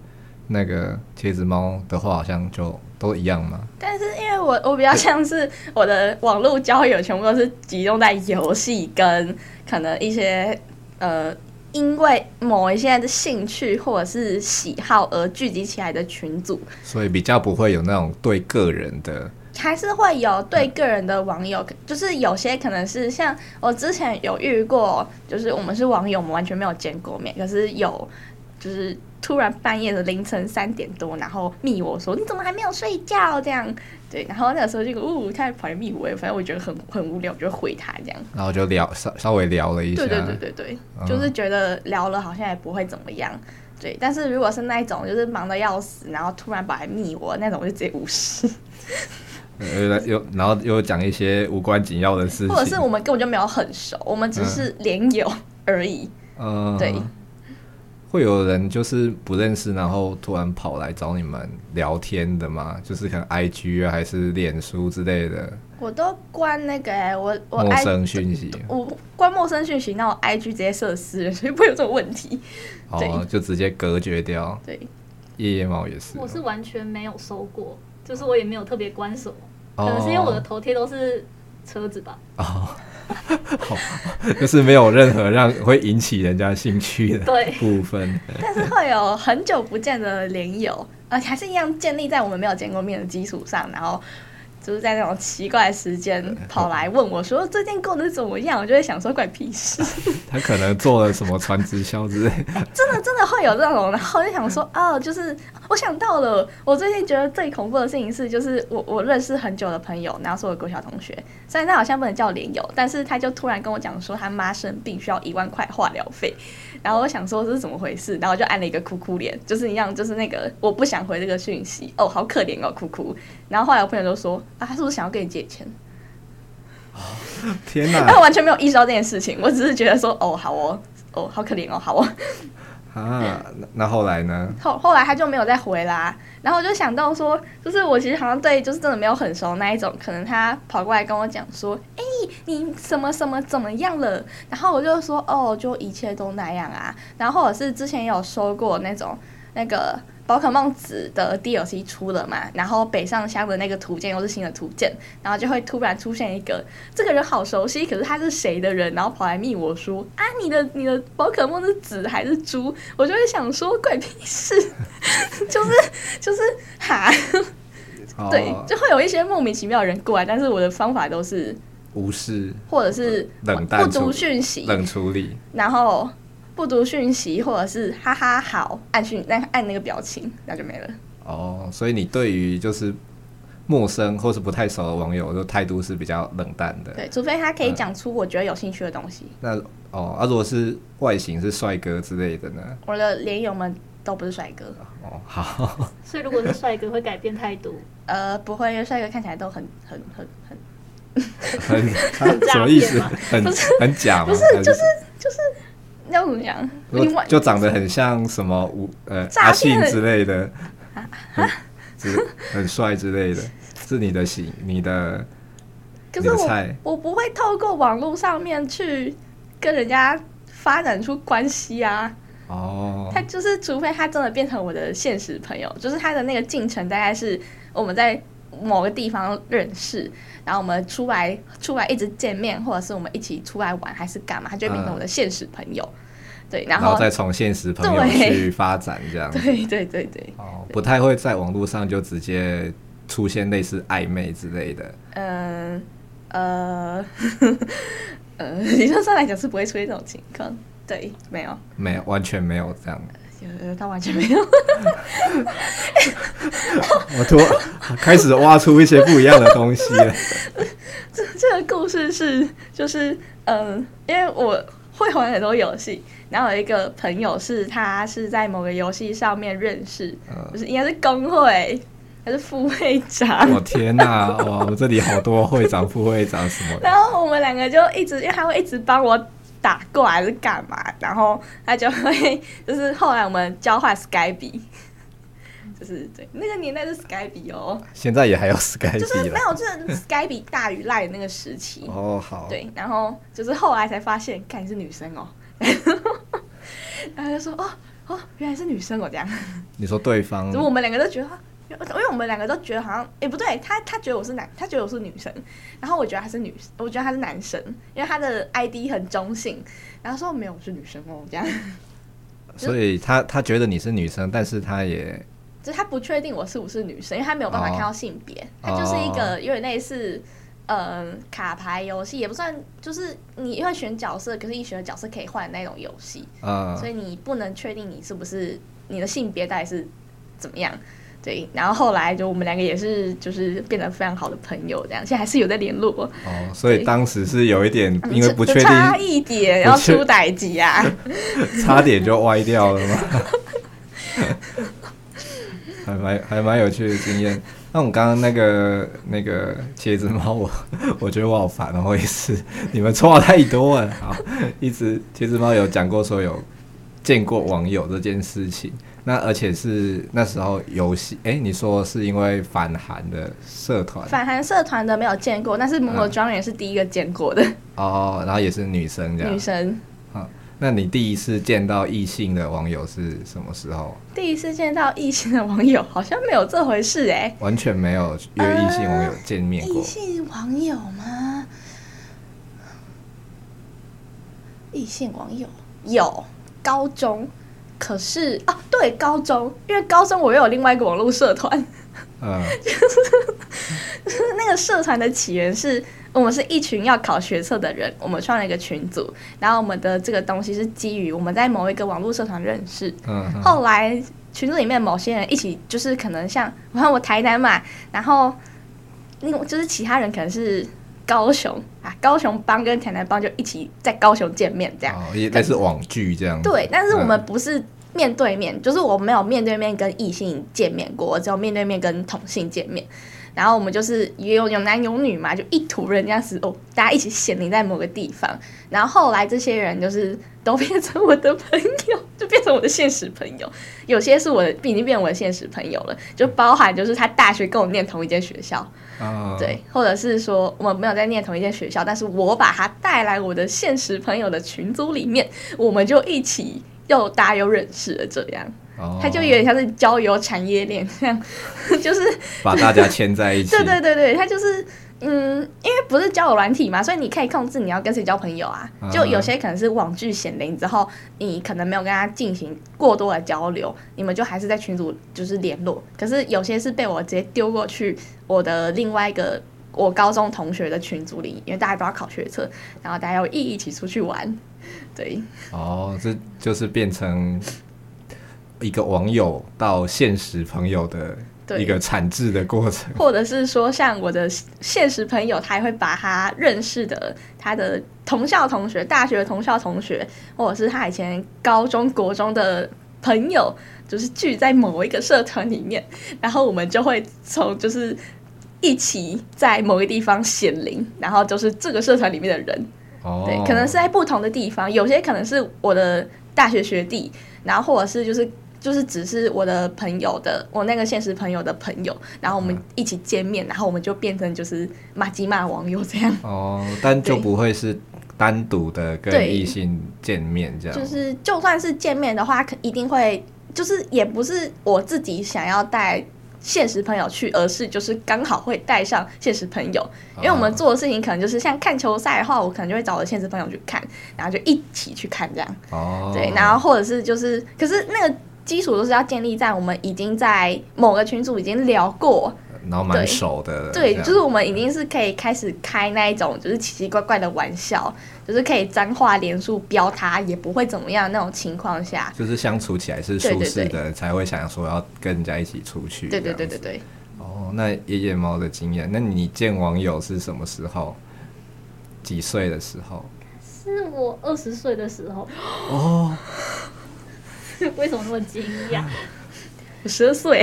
S1: 那个茄子猫的话，好像就都一样嘛。
S2: 但是因为我我比较像是我的网络交友全部都是集中在游戏跟可能一些呃，因为某一些的兴趣或者是喜好而聚集起来的群组，
S1: 所以比较不会有那种对个人的
S2: 还是会有对个人的网友，就是有些可能是像我之前有遇过，就是我们是网友，我们完全没有见过面，可是有就是突然半夜的凌晨三点多，然后密我说你怎么还没有睡觉这样，对，然后那个时候就哦呜、他跑来密我，反正我觉得很很无聊，我就回他这样，
S1: 然后就聊稍稍微聊了一下，
S2: 对对对对对，就是觉得聊了好像也不会怎么样。对，但是如果是那一种就是忙得要死，然后突然跑来密我那种，我就直接无视。
S1: 呃又然后又讲一些无关紧要的事情，
S2: 或者是我们根本就没有很熟，我们只是连友而已。
S1: 嗯
S2: 对
S1: 呃会有人就是不认识，然后突然跑来找你们聊天的吗？就是可能 IG 啊，还是脸书之类的
S2: 我都关那个、欸，我我
S1: 陌
S2: I
S1: 生讯息，
S2: 我关陌生讯息，那我 IG 直接设私人，所以不会有这种问题。
S1: 哦，就直接隔绝掉。
S2: 对，
S1: 夜夜猫也是哦，
S3: 我是完全没有收过，就是我也没有特别关什么，
S1: 哦
S3: 可能是因为 我的头贴都是车子吧。
S1: 哦，好，就是没有任何让会引起人家兴趣的
S3: 对
S1: 部分。
S2: 但是会有很久不见的连友，而且还是一样建立在我们没有见过面的基础上，然后就是在那种奇怪的时间
S1: 嗯
S2: 跑来问我说最近过得怎么样，我就会想说怪屁事，
S1: 他可能做了什么传直销之类，
S2: 真的真的会有这种，然后我就想说哦，就是我想到了，我最近觉得最恐怖的事情是，就是我我认识很久的朋友，然后是我的国小同学，虽然他好像不能叫连友，但是他就突然跟我讲说他妈生病需要一万块化疗费，然后我想说这是怎么回事，然后我就按了一个哭哭脸，就是一样，就是那个我不想回这个讯息，哦，好可怜哦，哭哭。然后后来我朋友就说啊，他是不是想要跟你借钱？
S1: 天
S2: 但我
S1: 哪
S2: 完全没有意识到这件事情，我只是觉得说哦，好哦，哦，好可怜哦，好哦。
S1: 啊！那那后来呢？
S2: 后后来他就没有再回啦。然后我就想到说，就是我其实好像对就是真的没有很熟那一种，可能他跑过来跟我讲说，哎、你什么什么怎么样了？然后我就说，哦，就一切都那样啊。然后或者是之前也有收过那种那个。宝可梦紫的 DLC 出了嘛，然后北上乡的那个图鉴又是新的图鉴，然后就会突然出现一个这个人好熟悉，可是他是谁的人，然后跑来密我说啊，你的你的宝可梦是紫还是猪？我就会想说怪屁事， 就是就是哈，
S1: 哦，
S2: 对，就会有一些莫名其妙的人过来，但是我的方法都是
S1: 无视、
S2: 或者是
S1: 冷淡
S2: 不
S1: 处
S2: 读讯息，
S1: 冷处理。
S2: 然后不读讯息，或者是哈哈好按讯那按那个表情，那就没了。
S1: 哦，所以你对于就是陌生或是不太熟的网友，就态度是比较冷淡的。
S2: 对，除非他可以
S1: 嗯
S2: 讲出我觉得有兴趣的东西。
S1: 那哦，啊，如果是外形是帅哥之类的呢？
S2: 我的连友们都不是帅哥，
S1: 哦， 好，
S3: 所以如果是帅哥，会改变态度。
S2: 呃，不会，因为帅哥看起来都很很很很，
S1: 哦很
S3: 很
S1: 什么意思？
S3: 诈
S1: 很很假吗？
S2: 不是
S1: 还
S2: 就是要怎么讲？
S1: 如
S2: 另
S1: 果
S2: 外
S1: 就长得很像什么吴呃
S2: 诈
S1: 阿信
S2: 骗啊
S1: 之类的，很之很帅之类的，是你的型，你的
S2: 可
S1: 你
S2: 是
S1: 的
S2: 我
S1: 菜
S2: 我不会透过网络上面去跟人家发展出关系啊。
S1: 哦
S2: 他就是，除非他真的变成我的现实朋友，就是他的那个进程大概是我们在某个地方认识，然后我们出来出来一直见面，或者是我们一起出来玩还是干嘛，他就会变成我的现实朋友。对，然
S1: 然
S2: 后
S1: 再从现实朋友
S2: 对
S1: 去发展这样，
S2: 对对对对，
S1: 哦，不太会在网络上就直接出现类似暧昧之类的，
S2: 嗯呃呃，理论上来讲是不会出现这种情况。对，没有。
S1: 没有完全没有这样。
S2: 有有，他完全没有。
S1: 我突然 开始挖出一些不一样的东西 了，
S2: 这 这个故事是就是嗯，因为我会玩很多游戏，然后有一个朋友是他是在某个游戏上面认识，
S1: 嗯
S2: 就是应该是工会还是副会 长。
S1: 我天哪，哇，我这里好多会长、副会长什么的
S2: 然后我们两个就一直，因为他会一直帮我打怪还是干嘛，然后他就会就是后来我们交换 Skype，就是对那个年代是 Skype 哦，
S1: 现在也还有
S2: 就是
S1: Skype
S2: 没
S1: 了。
S2: 有就是 Skype 大于赖的那个时期。
S1: 哦，好，
S2: 对，然后就是后来才发现，看你是女生哦， 然后就说哦哦，原来是女生哦，这样，
S1: 嗯你说对方
S2: 就我们两个都觉得。啊因为我们两个都觉得好像，哎、不对，他他觉得我是男，他觉得我是女生，然后我觉得他是女，我觉得他是男生，因为他的 ID 很中性，然后说没有，我是女生哦，这样，
S1: 所以他他觉得你是女生，但是他也
S2: 就是他不确定我是不是女生，因为他没有办法看到性别，
S1: 哦
S2: 他就是一个有点类似，嗯、卡牌游戏也不算，就是你会选角色，可是你选的角色可以换的那种游戏，
S1: 呃
S2: 所以你不能确定你是不是你的性别到底是怎么样。对，然后后来就我们两个也是就是变得非常好的朋友，这样现在还是有在联络。
S1: 哦，所以当时是有一点
S2: 嗯
S1: 因为
S2: 这
S1: 不
S2: 这
S1: 确定，
S2: 差一点
S1: 不
S2: 要
S1: 确
S2: 出歹集 啊！
S1: 差点就歪掉了嘛， 还蛮还蛮有趣的经验。那我们刚刚那个那个茄子猫，我 我觉得我好烦哦，我也是，你们错太多了。好，一直茄子猫有讲过说有见过网友这件事情。那而且是那时候游戏，哎、你说是因为反韩的社团
S2: 反韩社团的没有见过，但是
S1: 嗯
S2: 摩尔庄园是第一个见过的
S1: 哦，然后也是女生这样
S2: 女。生。
S1: 那你第一次见到异性的网友是什么时候？
S2: 第一次见到异性的网友，好像没有这回事哎、
S1: 完全没有约异性网友见面过
S2: 异。性网友吗？异性网友有高中，可是啊，对高中，因为高中我又有另外一个网络社团，
S1: 嗯、
S2: 啊那个社团的起源是我们是一群要考学测的人，我们创了一个群组，然后我们的这个东西是基于我们在某一个网络社团认识，
S1: 嗯嗯，
S2: 后来群组里面某些人一起，就是可能像我看我台南嘛，然后那种就是其他人可能是高雄啊，高雄帮跟台南帮就一起在高雄见面这样。
S1: 哦，也类似网剧这样子。
S2: 对，但是我们
S1: 嗯
S2: 不是面对面，就是我没有面对面跟异性见面过，我只有面对面跟同性见面。然后我们就是也有有男有女嘛，就一图人家是哦，大家一起显灵在某个地方。然后后来这些人就是都变成我的朋友，就变成我的现实朋友。有些是我的已经变我的现实朋友了，就包含就是他大学跟我念同一间学校，
S1: 嗯
S2: 对，或者是说我们没有在念同一间学校，但是我把他带来我的现实朋友的群组里面，我们就一起又打又认识了，这样，
S1: 哦
S2: 他就有点像是交友产业链这样， 就是
S1: 把大家牵在一起。
S2: 对对对对，他就是。嗯，因为不是交友软体嘛，所以你可以控制你要跟谁交朋友啊。就有些可能是网剧显灵之后，你可能没有跟他进行过多的交流，你们就还是在群组就是联络。可是有些是被我直接丢过去我的另外一个我高中同学的群组里，因为大家都要考学测，然后大家要一起出去玩。对，
S1: 哦，这就是变成一个网友到现实朋友的
S2: 对
S1: 一个产制的过程。
S2: 或者是说，像我的现实朋友，他也会把他认识的他的同校同学、大学同校同学，或者是他以前高中、国中的朋友，就是聚在某一个社团里面，然后我们就会从就是一起在某个地方显灵，然后就是这个社团里面的人，
S1: 哦，
S2: 对，可能是在不同的地方，有些可能是我的大学学弟，然后或者是就是就是只是我的朋友的，我那个现实朋友的朋友，然后我们一起见面，然后我们就变成就是马吉马网友这样，
S1: 哦，但就
S2: 对
S1: 不会是单独的跟
S2: 对
S1: 异性见面这样。
S2: 就是就算是见面的话，可一定会就是也不是我自己想要带。现实朋友去，而是就是刚好会带上现实朋友，因为我们
S1: 哦
S2: 做的事情可能就是像看球赛的话，我可能就会找我的现实朋友去看，然后就一起去看这样。
S1: 哦，
S2: 对，然后或者是就是，可是那个基础都是要建立在我们已经在某个群组已经聊过，
S1: 然后蛮
S2: 对
S1: 熟的这
S2: 对，
S1: 样，
S2: 就是我们已经是可以开始开那一种就是奇奇怪怪的玩笑，就是可以脏话连数标他也不会怎么样那种情况下，
S1: 就是相处起来是
S2: 对
S1: 舒
S2: 对
S1: 适的，
S2: 对
S1: 才会想说要跟人家一起出去。
S2: 对对
S1: 这
S2: 对
S1: 样子
S2: 对对。
S1: 哦，那夜夜猫的经验，那你见网友是什么时候？几岁的时候？
S3: 是我二十岁的时候，
S1: 哦，
S3: 为什么那么惊讶？
S2: 我十二岁，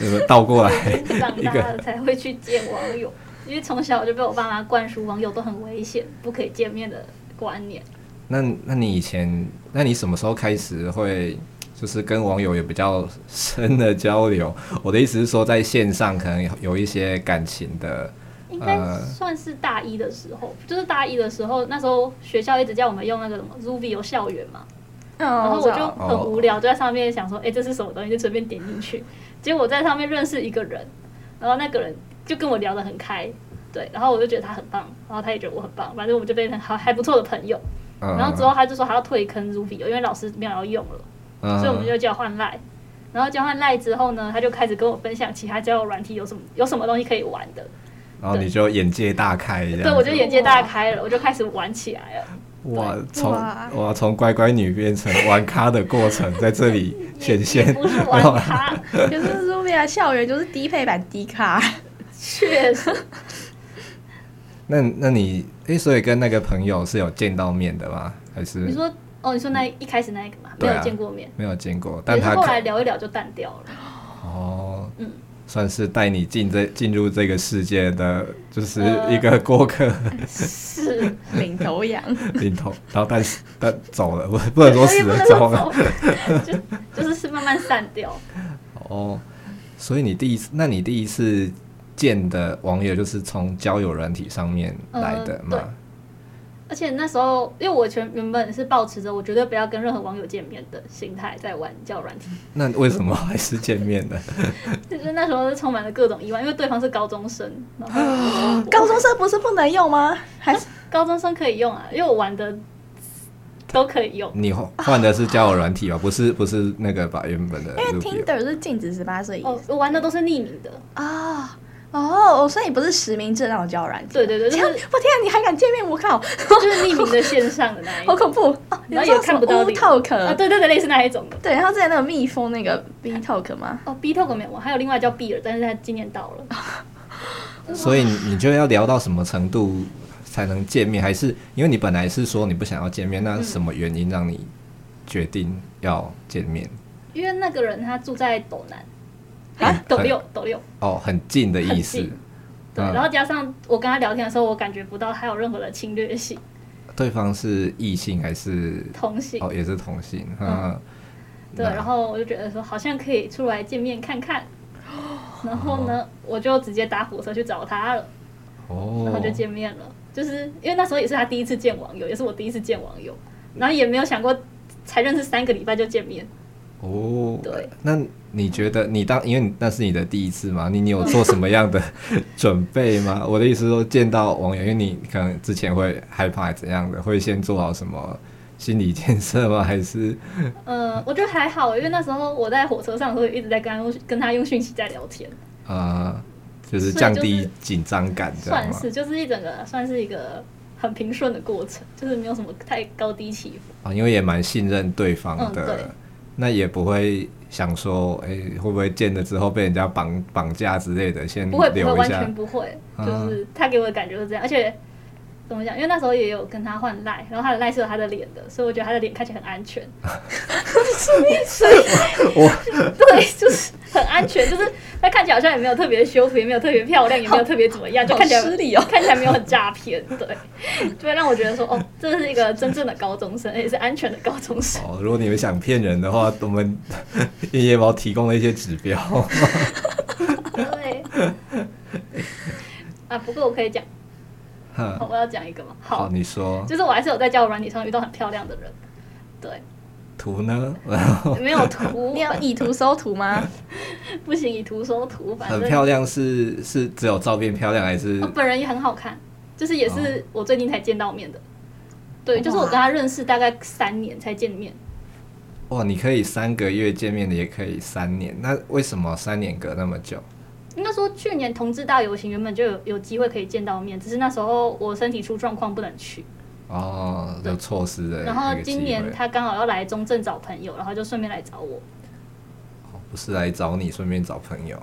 S1: 有没有倒过来？
S3: 长
S1: 一
S3: 大
S1: 个
S3: 了才会去见网友，因为从小就被我爸妈灌输网友都很危险，不可以见面的观念。
S1: 那那你以前，那你什么时候开始会就是跟网友有比较深的交流？我的意思是说，在线上可能有一些感情的，
S3: 应该
S1: 呃
S3: 算是大一的时候，就是大一的时候，那时候学校一直叫我们用那个什么 Ruby 校园嘛， 然
S2: 然
S3: 后我就
S1: 哦
S3: 很无聊，就在上面想说，哎、这是什么东西，就随便点进去。结果我在上面认识一个人，然后那个人就跟我聊得很开，对，然后我就觉得他很棒，然后他也觉得我很棒，反正我们就变成好还不错的朋友。
S1: 嗯、
S3: 然后之后他就说他要退坑 Ruby，因为老师没有要用了，
S1: 嗯，
S3: 所以我们就交换赖。然后交换赖之后呢，他就开始跟我分享其他交友软体有什么有什么东西可以玩的，
S1: 然后你就眼界大开这样子，
S3: 对我就眼界大开了，我就开始玩起来了。
S1: 哇，从
S2: 哇
S1: 哇从乖乖女变成玩咖的过程在这里显现，
S3: 不是玩咖，
S2: 可是 r u b 校园就是低配版低卡，
S3: 确实
S1: 那那你诶，所以跟那个朋友是有见到面的吗？还是
S3: 你说哦，你说那一开始那一个嘛，没
S1: 对
S3: 有
S1: 啊
S3: 见过面，
S1: 没有见过？但
S3: 也是
S1: 他
S3: 后
S1: 可
S3: 来聊一聊就淡掉了。
S1: 哦，
S3: 嗯
S1: 算是带你进这进入这个世界的，就是
S3: 呃
S1: 一个过客、
S3: 是
S2: 领头 羊，
S1: 领头，然后但是但走了，不不能说死了，走 了。
S3: 就 就是是慢慢散掉。
S1: 哦，所以你第一次，那你第一次见的网友就是从交友软体上面来的嘛？
S3: 呃而且那时候，因为我全原本是抱持着我绝对不要跟任何网友见面的心态在玩交友软体，
S1: 那为什么还是见面呢？
S3: 就是那时候是充满了各种意外，因为对方是高中生，然后
S2: 高中生不是不能用吗？还是
S3: 高中生可以用啊，因为我玩的都可以用。
S1: 你换换的是交友软体吧？不是不是那个把原本的
S3: 哎
S2: 因为
S1: Ruby 哦
S2: Tinder 是禁止十八岁以
S3: 哦，我玩的都是匿名的，
S2: 啊。哦，所以你不是实名制那种交友软件？
S3: 对对对，就
S2: 天啊，
S3: 是
S2: 我天啊，你还敢见面？我靠，
S3: 就是匿名的线上的那 一
S2: 好
S3: 种，
S2: 恐怖！哦，你
S3: 然后
S2: 说
S3: 也
S2: 什
S3: 看
S2: 么
S3: 不到
S2: 乌
S3: 脸
S2: 透壳？
S3: 啊，对对对，类似那一种的。
S2: 对，然后之前那个蜜蜂那个 B Talk 吗？
S3: 哦，B Talk 没有玩，还有另外叫 B 尔，但是他今年到了。
S1: 所以你就要聊到什么程度才能见面？还是因为你本来是说你不想要见面，
S3: 嗯
S1: 那什么原因让你决定要见面？
S3: 因为那个人他住在斗南，
S1: 啊
S3: 斗六斗六，
S1: 哦，很近的意
S3: 很
S1: 思。
S3: 近对，
S1: 嗯
S3: 然后加上我跟他聊天的时候，我感觉不到他有任何的侵略性、
S1: 对方是异性还是？
S3: 同性，
S1: 哦，也是同性。嗯，
S3: 对，
S1: 那
S3: 然后我就觉得说好像可以出来见面看看，
S1: 哦
S3: 然后呢，我就直接搭火车去找他了，然后
S1: 哦
S3: 就，见面了，就是因为那时候也是他第一次见网友，也是我第一次见网友，
S1: 嗯
S3: 然后也没有想过才认识三个礼拜就见面，
S1: 哦，
S3: 对。
S1: 那你觉得你当因为你那是你的第一次嘛？你你有做什么样 的准备吗？我的意思是说，见到网友，因为你可能之前会害怕还怎样的，会先做好什么心理建设吗？ 还是
S3: 嗯，我觉得还好，因为那时候我在火车上的时候一直在跟他用跟他用讯息在聊天，
S1: 呃，就是
S3: 所以
S1: 降
S3: 就
S1: 低
S3: 是
S1: 紧张感这样
S3: 算
S1: 吗？
S3: 是就是一整个算是一个很平顺的过程， 就是没有什么太高低起伏。
S1: 啊，因为也蛮信任对方
S3: 嗯
S1: 的，
S3: 对
S1: 那也不会想说，哎、会不会见了之后被人家绑绑架之类的，先
S3: 不会不会，
S1: 留嗯一
S3: 完
S1: 下
S3: 全。不会，
S1: 嗯
S3: 就是他给我的感觉是这样，而且怎么讲？因为那时候也有跟他换赖，然后他的赖是有他的脸的，所以我觉得他的脸看起来很 安全。
S1: 我
S3: 对，就是很安全，就是他看起来好像也没有特别修图，也没有特别漂亮，也没有特别怎么样，就
S2: 好
S3: 看起来
S2: 失礼哦
S3: 看起来没有很诈骗，对， 就会让我觉得说，哦，这是一个真正的高中生，也是安全的高中生。
S1: 哦，如果你们想骗人的话，我们夜夜猫提供了一些指标。
S3: 对。 啊，不过我可以讲，
S1: 哼
S3: 哦我要讲一个嘛。
S1: 好，
S3: 好，
S1: 你说
S3: 就是我还是有在交友软体上遇到很漂亮的人，对，
S1: 图呢？
S3: 没 有图
S2: 你，有以图搜图吗？
S3: 不行，以图搜图，反
S1: 很
S3: 正哦
S1: 漂亮是是只有照片漂亮，哦还是
S3: 我本人也很好看，就是也是我最近才见到面的。对，就是我跟他认识大概三年才见面，
S1: 哇？你可以三个月见面的，也可以三年。那为什么三年隔那么久？
S3: 应该说去年同志大游行原本就有有机会可以见到面，只是那时候我身体出状况不能去，
S1: 哦，就错失了那个机
S3: 然
S1: 会。
S3: 后今年他刚好要来中正找朋友，然后就顺便来找我
S1: 哦不是来找你，顺便找朋友。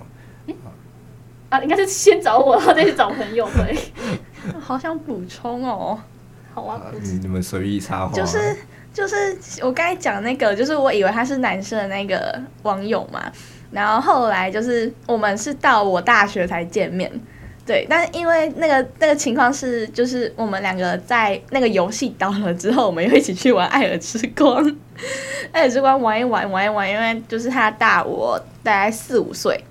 S3: 啊，应该是先找我，然后再去找朋友 对。
S2: 好想补充哦，
S3: 好啊
S1: 啊，
S3: 不
S1: 你
S3: 知
S1: 你们随意插话。
S2: 就是就是我刚才讲那个，就是我以为他是男生的那个网友嘛，然后后来就是我们是到我大学才见面。对，但是因为那个那个情况是，就是我们两个在那个游戏倒了之后，我们又一起去玩《艾尔之光》， 《艾尔之光》玩一玩玩一玩，因为就是他大我大概四五岁，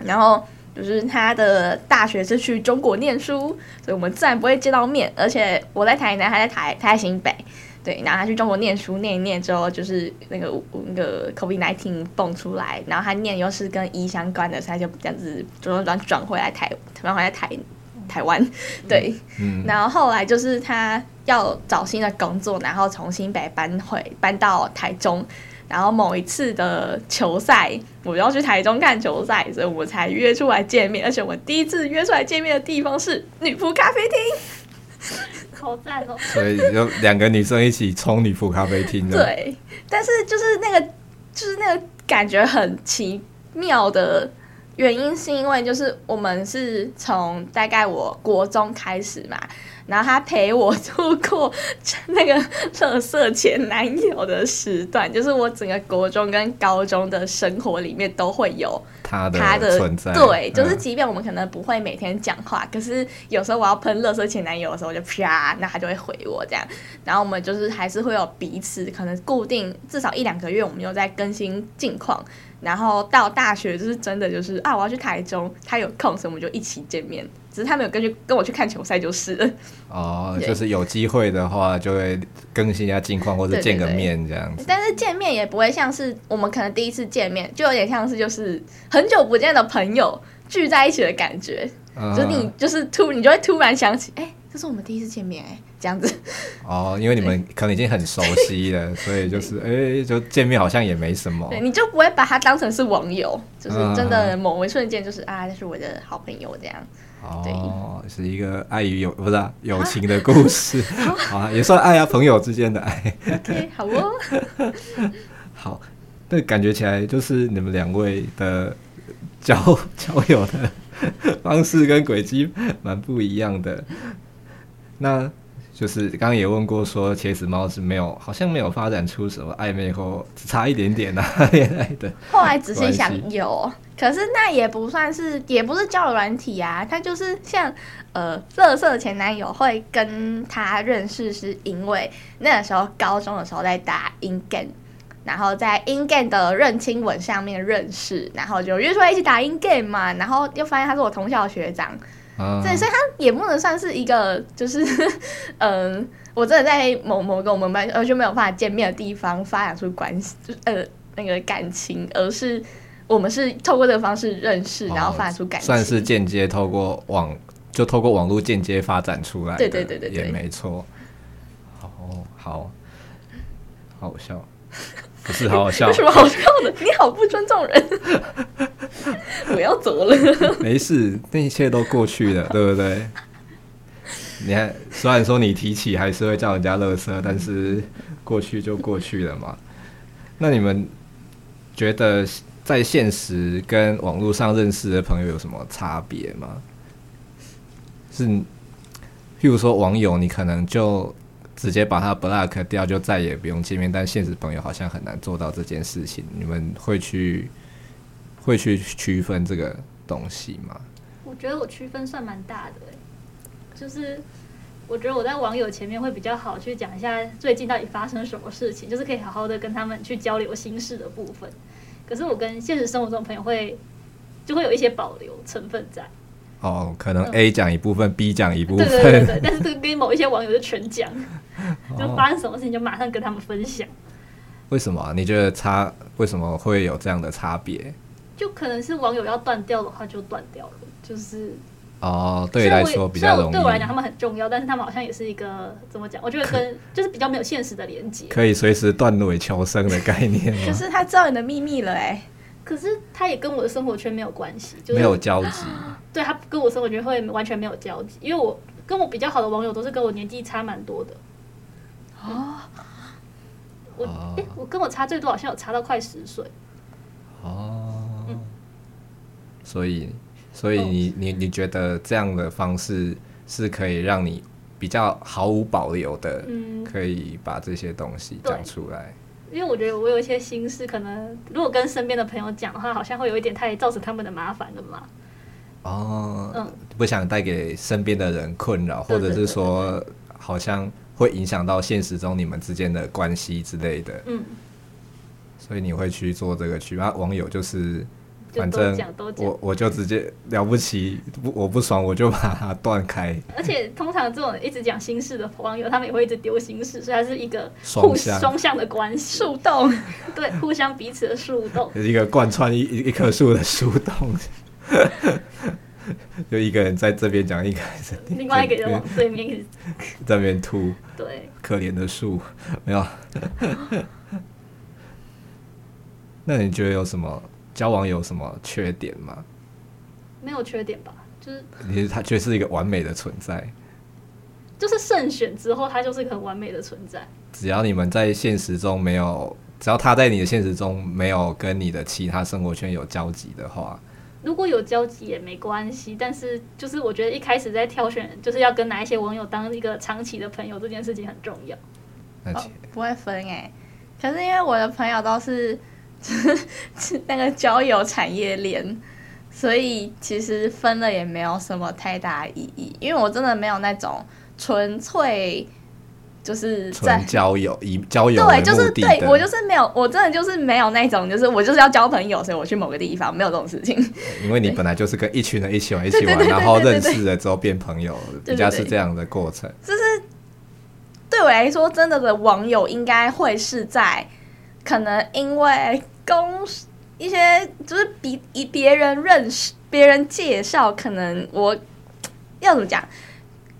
S2: 然后就是他的大学是去中国念书，所以我们自然不会见到面，而且我在台南，他在台他在新北，对，然后他去中国念书，念一念之后，就是那个那个 COVID nineteen 蹦出来，然后他念又是跟医相关的，所以他就这样子转转转回来台，转回来台台湾，对，
S1: 嗯，
S2: 然后后来就是他要找新的工作，然后从新北搬回搬到台中。然后某一次的球赛，我要去台中看球赛，所以我才约出来见面。而且我第一次约出来见面的地方是女仆咖啡厅。
S3: 好赞哦！
S1: 所以就两个女生一起冲女仆咖啡厅的。
S2: 对，但是就是那个就是那个感觉很奇妙的原因，是因为就是我们是从大概我国中开始嘛，然后他陪我度过 那个乐色前男友的时段，就是我整个国中跟高中的生活里面都会有
S1: 他的
S2: 他
S1: 存在，
S2: 对，就是
S1: 嗯
S2: 即便我们可能不会每天讲话，可是有时候我要喷乐色前男友的时候，我就啪，那他就会回我这样，然后我们就是还是会有彼此可能固定至少一两个月，我们有在更新近况。然后到大学就是真的就是啊，我要去台中，他有空，所以我们就一起见面。只是他没有跟去跟我去看球赛就是了。
S1: 哦，
S2: 对
S1: 就是有机会的话就会更新一下近况，或者
S2: 对对
S1: 见个
S2: 对
S1: 面这样子。
S2: 但是见面也不会像是我们可能第一次见面，就有点像是就是很久不见的朋友聚在一起的感觉。
S1: 嗯
S2: 就是你就是突你就会突然想起，哎、这是我们第一次见面、哎，这样子。
S1: 哦，因为你们可能已经很熟悉 了，所以就是哎、就见面好像也没什么。
S2: 对，你就不会把他当成是网友，就是真
S1: 哦嗯
S2: 的某一瞬间就是啊，这是我的好朋友这样。
S1: 哦，是一个爱与友不是、啊、 友情的故事，好 啊，也算爱啊，朋友之间的爱。
S2: OK，好哦。
S1: 好，那感觉起来就是你们两位的交 交友的方式跟轨迹蛮不一样的。那就是刚刚也问过说，茄子猫是没有，好像没有发展出什么暧昧或只差一点点啊 恋爱 的。
S2: 后来仔细
S1: 关
S2: 想，有，可是那也不算是，也不是交友软体啊，他就是像呃，乐色前男友会跟他认识，是因为那个时候高中的时候在打 in game。然后在 in game 的认亲文上面认识，然后就约出来一起打 in game 嘛，然后又发现他是我同校的学长，
S1: 嗯，
S2: 对，所以他也不能算是一个，就是， 嗯、我真的在某某个我们班呃就没有办法见面的地方发展出关系，就是呃那个感情，而是我们是透过这个方式认识，然后
S1: 哦
S2: 发展出感情，
S1: 算是间接透过网，就透过网络间接发展出来的，
S2: 对对对对对
S1: 也没错。哦，好，好笑，不 是好好笑
S2: 有，什么好笑的？你好不尊重人，我要走了。
S1: 没事，那一切都过去了，对不对？你看，虽然说你提起还是会叫人家垃圾，但是过去就过去了嘛。那你们觉得在现实跟网络上认识的朋友有什么差别吗？是，譬如说网友，你可能就直接把他 block 掉，就再也不用见面，但现实朋友好像很难做到这件事情。你们会去会去区分这个东西吗？
S3: 我觉得我区分算蛮大的、欸，就是我觉得我在网友前面会比较好去讲一下最近到底发生什么事情，就是可以好好的跟他们去交流心事的部分。可是我跟现实生活中的朋友会就会有一些保留成分在，
S1: 哦，可能 A 讲一部分、b 讲一部
S3: 嗯对
S1: 分，
S3: 对对对，但是这个跟某一些网友就全讲，就
S1: 哦、
S3: 发生什么事情就马上跟他们分享。
S1: 为什么啊、你觉得差为什么会有这样的差别？
S3: 就可能是网友要断掉的话就断掉了，就是
S1: 哦，对你来
S3: 虽然
S1: 说
S3: 我
S1: 比较
S3: 虽然
S1: 容
S3: 我
S1: 易，
S3: 对我来讲他们很重要，但是他们好像也是一个怎么讲？我觉得跟就是比较没有现实的连接。
S1: 可以随时断尾求生的概念 吗？
S2: 可是他知道你的秘密了、哎，
S3: 可是他也跟我的生活圈没有关系，就
S1: 没有
S3: 是
S1: 交集，
S3: 对他跟我生活圈会完全没有交集，因为我跟我比较好的网友都是跟我年纪差蛮多的。
S2: 哦，
S3: 我哎、
S1: 哦
S3: 诶我跟我差最多好像有差到快十岁，
S1: 哦
S3: 嗯，
S1: 所以，所以
S3: 哦
S1: 你你你觉得这样的方式是可以让你比较毫无保留的，
S3: 嗯
S1: 可以把这些东西
S3: 对
S1: 讲出来。
S3: 因为我觉得我有一些心事，可能如果跟身边的朋友讲的话，好像会有一点太造成他们的麻烦了嘛。
S1: 哦，
S3: 嗯
S1: 不想带给身边的人困扰，或
S3: 对对
S1: 者是说好像会影响到现实中你们之间的关系之类的，
S3: 嗯，
S1: 所以你会去做这个区。啊，网友就是，
S3: 就
S1: 反
S3: 都
S1: 正
S3: 讲都讲。
S1: 我我就直接了不起，不我不爽我就把它断开，
S3: 而且通常这种一直讲心事的网友，他们也会一直丢心事，所以它是一个
S1: 双
S3: 互
S1: 向
S3: 双向的 关系，
S2: 树洞，
S3: 对，互相彼此的树洞。
S1: 一个贯穿一一一棵树的树洞。 就一个人在这边讲，一个人在
S3: 另外一个人往对面一直
S1: 这边吐，
S3: 对，
S1: 可怜的树， 没有。那你觉得有什么交往有什么缺点吗？
S3: 没有缺点吧？就是
S1: 其实它却是一个完美的存在，
S3: 就是慎选之后，它就是个很完美的存在。
S1: 只要你们在现实中没有，只要他在你的现实中没有跟你的其他生活圈有交集的话，
S3: 如果有交集也没关系，但是就是我觉得一开始在挑选，就是要跟哪一些网友当一个长期的朋友，这件事情很重 要。
S1: 那其
S2: 不会分哎、可是因为我的朋友都是 是那个交友产业链，所以其实分了也没有什么太大意义，因为我真的没有那种纯粹就是在
S1: 纯。交友以交友为
S2: 对，
S1: 目
S2: 就是
S1: 的
S2: 对
S1: 的
S2: 我就是没有，我真的就是没有那种，就是我就是要交朋友，所以我去某个地方，没有这种事情。
S1: 因为你本来就是跟一群人一起玩，一
S2: 对
S1: 起
S2: 对
S1: 玩，
S2: 对对
S1: 然后
S2: 对对
S1: 认
S2: 对
S1: 识了之后变朋友，
S2: 对
S1: 比较
S2: 对
S1: 是
S2: 对
S1: 这样的过程。
S2: 对我来说，真的的网友应该会是在可能因为公一些就是比以别人认识、别人介绍，可能我要怎么讲？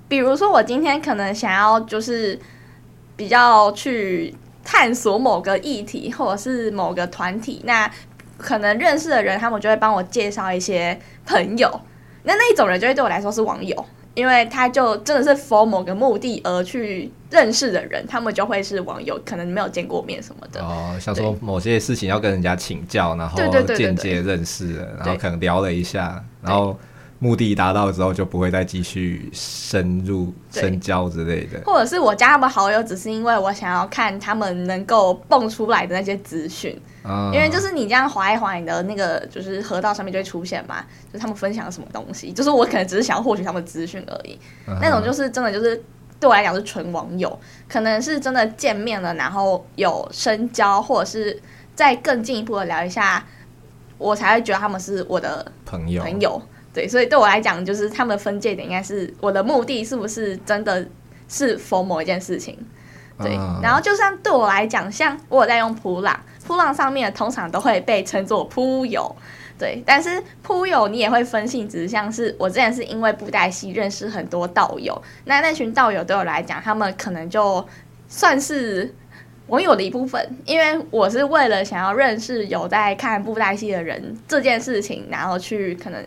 S2: 比如说，我今天可能想要就是比较去探索某个议题，或者是某个团体，那可能认识的人，他们就会帮我介绍一些朋友。那那一种人就会对我来说是网友，因为他就真的是 for 某个目的而去认识的人，他们就会是网友，可能没有见过面什么的。
S1: 哦，想说某些事情要跟人家请教，然后
S2: 对对对对
S1: 间
S2: 对
S1: 接认识了，然后
S2: 对
S1: 可能聊了一下，然后目的达到之后就不会再继续深入
S2: 对
S1: 深交之类的。
S2: 或者是我加他们好友，只是因为我想要看他们能够蹦出来的那些资讯，
S1: 啊，
S2: 因为就是你这样划一划，你的那个就是河道上面就会出现嘛，就是他们分享了什么东西，就是我可能只是想要获取他们资讯而已，
S1: 嗯哼
S2: 那种就是真的就是对我来讲是纯网友，可能是真的见面了，然后有深交，或者是再更进一步的聊一下，我才会觉得他们是我的
S1: 朋友，
S2: 朋友。对，所以对我来讲，就是他们的分界点应该是我的目的是不是真的是否某一件事情。对，
S1: 嗯
S2: 然后就算对我来讲，像我有在用扑浪，扑浪上面通常都会被称作扑友。对，但是扑友你也会分性质，像是我之前是因为布袋戏认识很多道友，那那群道友对我来讲，他们可能就算是网友的一部分，因为我是为了想要认识有在看布袋戏的人这件事情，然后去可能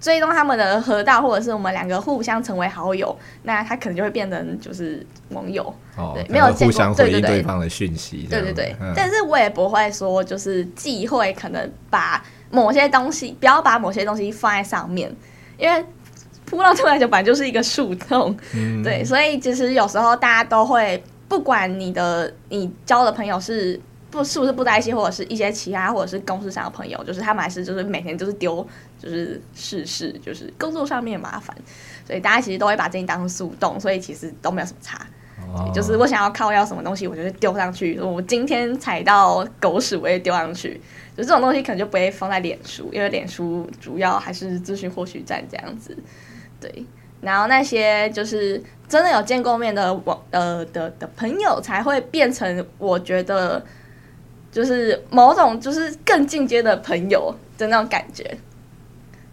S2: 追踪他们的河道，或者是我们两个互相成为好友，那他可能就会变成就是网友。
S1: 哦
S2: 对
S1: 可能
S2: 没有见
S1: 互
S2: 过
S1: 相
S2: 对
S1: 回应
S2: 对对
S1: 对方的讯息这
S2: 对
S1: 样子，
S2: 对对，
S1: 嗯
S2: 但是我也不会说就是忌讳，可能把某些东西不要把某些东西放在上面，因为扑浪对我来讲本来就是一个树洞，
S1: 嗯
S2: 对，所以其实有时候大家都会，不管你的你交的朋友是。不是不是不在一起，或者是一些其他，或者是公司上的朋友，就是他们还是就是每天就是丢就是事事，就是工作上面的麻烦，所以大家其实都会把自己当成树洞，所以其实都没有什么差。
S1: 哦
S2: 就是我想要靠要什么东西，我就会丢上去。我今天踩到狗屎，我也丢上去。就这种东西可能就不会放在脸书，因为脸书主要还是资讯获取站这样子。对，然后那些就是真的有见过面的网呃的的朋友，才会变成我觉得就是某种就是更进阶的朋友的那种感觉。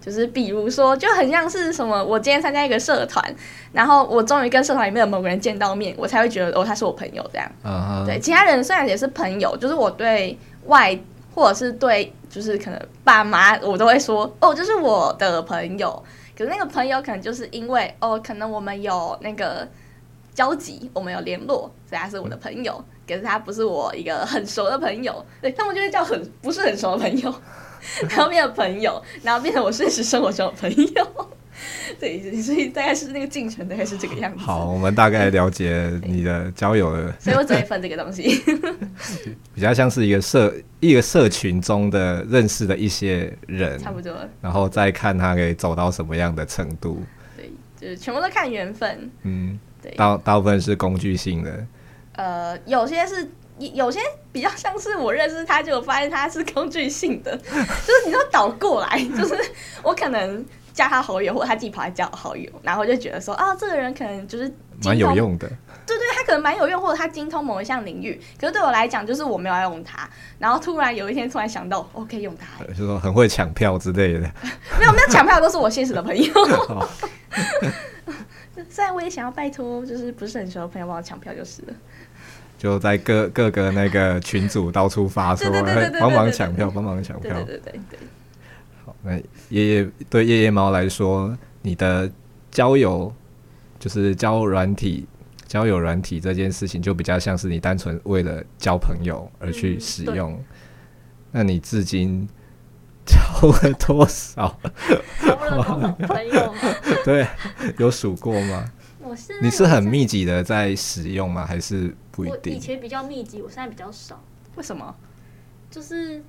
S2: 就是比如说，就很像是什么，我今天参加一个社团，然后我终于跟社团里面的某个人见到面，我才会觉得哦，他是我朋友这样。
S1: 啊哈
S2: 对，其他人虽然也是朋友，就是我对外或者是对就是可能爸妈，我都会说哦，这是我的朋友。可是那个朋友可能就是因为哦，可能我们有那个交集，我们有联络，所以他是我的朋友。可是他不是我一个很熟的朋友，对他们就会叫很不是很熟的朋友， 然后变成朋友，然后变成我现实生活中的朋友。 对，所以大概是那个进程大概是这个样子。
S1: 好，，我们大概了解你的交友的
S2: 所以我只会分这个东西。
S1: 比较像是一个社一个社群中的认识的一些人，
S2: 差不多，
S1: 然后再看他可以走到什么样的程度。
S2: 对，就是全部都看缘分。
S1: 嗯，
S2: 对
S1: 大大部分是工具性的，
S2: 呃，有些是。有些比较像是我认识他，就发现他是工具性的， 就是你都倒过来，就是我可能加他好友，或者他自己跑来加我好友，然后我就觉得说啊，这个人可能就是
S1: 蛮
S2: 精
S1: 有
S2: 通
S1: 用的。
S2: 对对，他可能蛮有用，或者他精通某一项领域。可是对我来讲，就是我没有要用它，然后突然有一天突然想到，我可 以用它，
S1: 就是说很会抢票之类 的，
S2: 没有没有抢票都是我现实的朋友
S1: 哦。
S2: 虽然我也想要拜托，就是不是很熟的朋友帮我抢票就是了。
S1: 就在各各个那个群组到处发说
S2: 对对对对对，对
S1: 帮忙抢票，帮忙抢
S2: 对对
S1: 票。
S2: 对对对。
S1: 好，那夜夜对夜夜猫来说，你的交友就是交友软体。交友软体这件事情就比较像是你单纯为了交朋友而去
S3: 嗯
S1: 使
S3: 对
S1: 用。那你至今交收了多少？
S3: 收了多少朋友吗？
S1: 对，有数过吗？
S3: 我现在
S1: 你是很密集的在使用吗？还是不一
S3: 我以
S1: 定？
S3: 前比较密集，我现在比较少。
S2: 为什么？
S3: 就是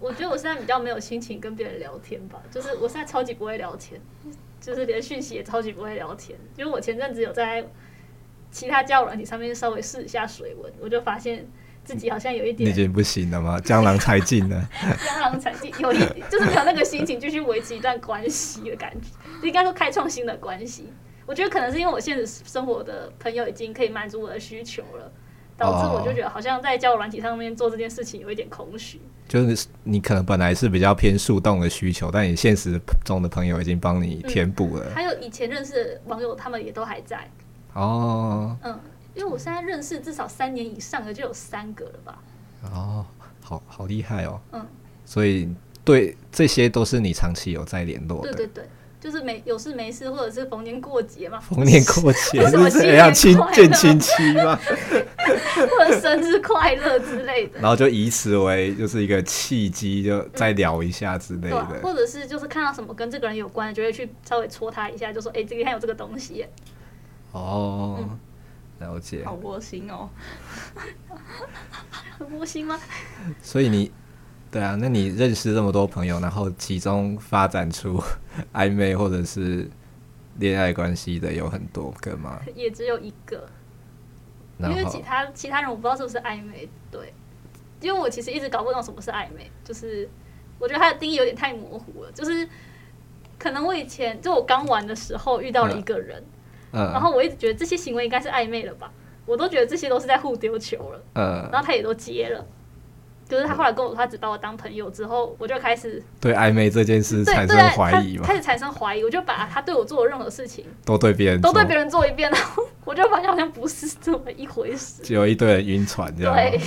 S3: 我觉得我现在比较没有心情跟别人聊天吧，就是我现在超级不会聊天，就是连讯息也超级不会聊天。因为我前阵子有在其他交友软体上面稍微试一下水文，我就发现自己好像有一
S1: 你已
S3: 点
S1: 经不行了吗？江郎才尽 了。
S3: 江郎才尽，有一就是没有那个心情继续维持一段关系的感觉，就应该说开创新的关系。我觉得可能是因为我现实生活的朋友已经可以满足我的需求了，导致我就觉得好像在交友软体上面做这件事情有一点空虚。
S1: 就是你可能本来是比较偏树洞的需求，但你现实中的朋友已经帮你填补了。
S3: 还有以前认识的网友，他们也都还在。
S1: 哦
S3: 嗯，因为我现在认识至少三年以上的就有三个了吧？
S1: 哦，好好厉害哦。
S3: 嗯，
S1: 所以对这些都是你长期有在联络的。
S3: 哦对对对，就是没有事没事，或者是逢年过节嘛，
S1: 逢年过节
S3: 为什么
S1: 是
S3: 新
S1: 怎
S3: 年
S1: 样亲
S3: 快乐
S1: 见亲戚吗？
S3: 或者生日快乐之类的。
S1: 然后就以此为就是一个契机，就再聊一下之类
S3: 对、啊，
S1: 的。
S3: 或者是就是看到什么跟这个人有关的，就会去稍微戳他一下，就说：“哎、这个还有这个东西 耶。嗯
S1: 哦，了解
S2: 好。窝心哦。”
S3: 很窝心吗？
S1: 所以你对啊，那你认识这么多朋友，然后其中发展出 暧昧或者是恋爱关系的有很多个吗？
S3: 也只有一个，因
S1: 然
S3: 为
S1: 后
S3: 其他其他人我不知道是不是暧昧。对，因为我其实一直搞不懂什么是暧昧，就是我觉得它的定义有点太模糊了。就是可能我以前就我刚玩的时候遇到了一个人，然
S1: 呃
S3: 后我一直觉得这些行为应该是暧昧了吧，我都觉得这些都是在互丢球了。
S1: 呃，
S3: 然后他也都接了。就是他后来跟我说，他只把我当朋友之后，我就开始
S1: 对暧昧这件事
S3: 对
S1: 产
S3: 对
S1: 生
S3: 啊，
S1: 怀疑
S3: 他
S1: 嘛
S3: 开，始产生怀疑，我就把他对我做的任何事情
S1: 都对别人
S3: 都
S1: 做，
S3: 对别人做一遍，然后我就发现好像不是这么一回事。
S1: 只有一堆人晕船这样
S3: 对
S1: 吗。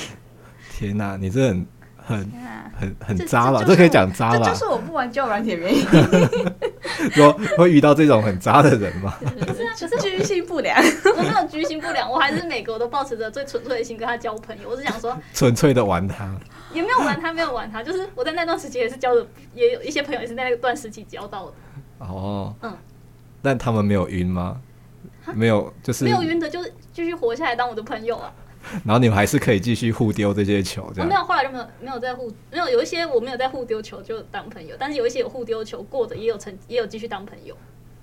S1: 天哪、你这很很
S2: 天啊，
S1: 很很
S3: 这
S1: 渣吧？
S3: 这
S1: 这
S3: 就是
S1: 可以讲渣
S2: 这
S1: 吧
S2: 就？是我不玩交友软体的 原因，
S1: 说会遇到这种很渣的人吗？
S2: 就是居性不良。
S3: 我没有居心不良，我还是每个我都保持着最纯粹的心跟他交朋友。我只想说，
S1: 纯粹的玩他。
S3: 也没有玩他，没有玩他，就是我在那段时期也是交的，也有一些朋友也是在那段时期交到的。
S1: 哦，
S3: 嗯，
S1: 但他们没有晕吗？没有，就是
S3: 没有晕的，就是继续活下来当我的朋友啊。
S1: 然后你们还是可以继续互丢这些球，这
S3: 哦我没
S1: 样。
S3: 有，后来就没有没有在互没有有一些我没有在互丢球就当朋友，但是有一些有互丢球过的也有成也有继续当朋友，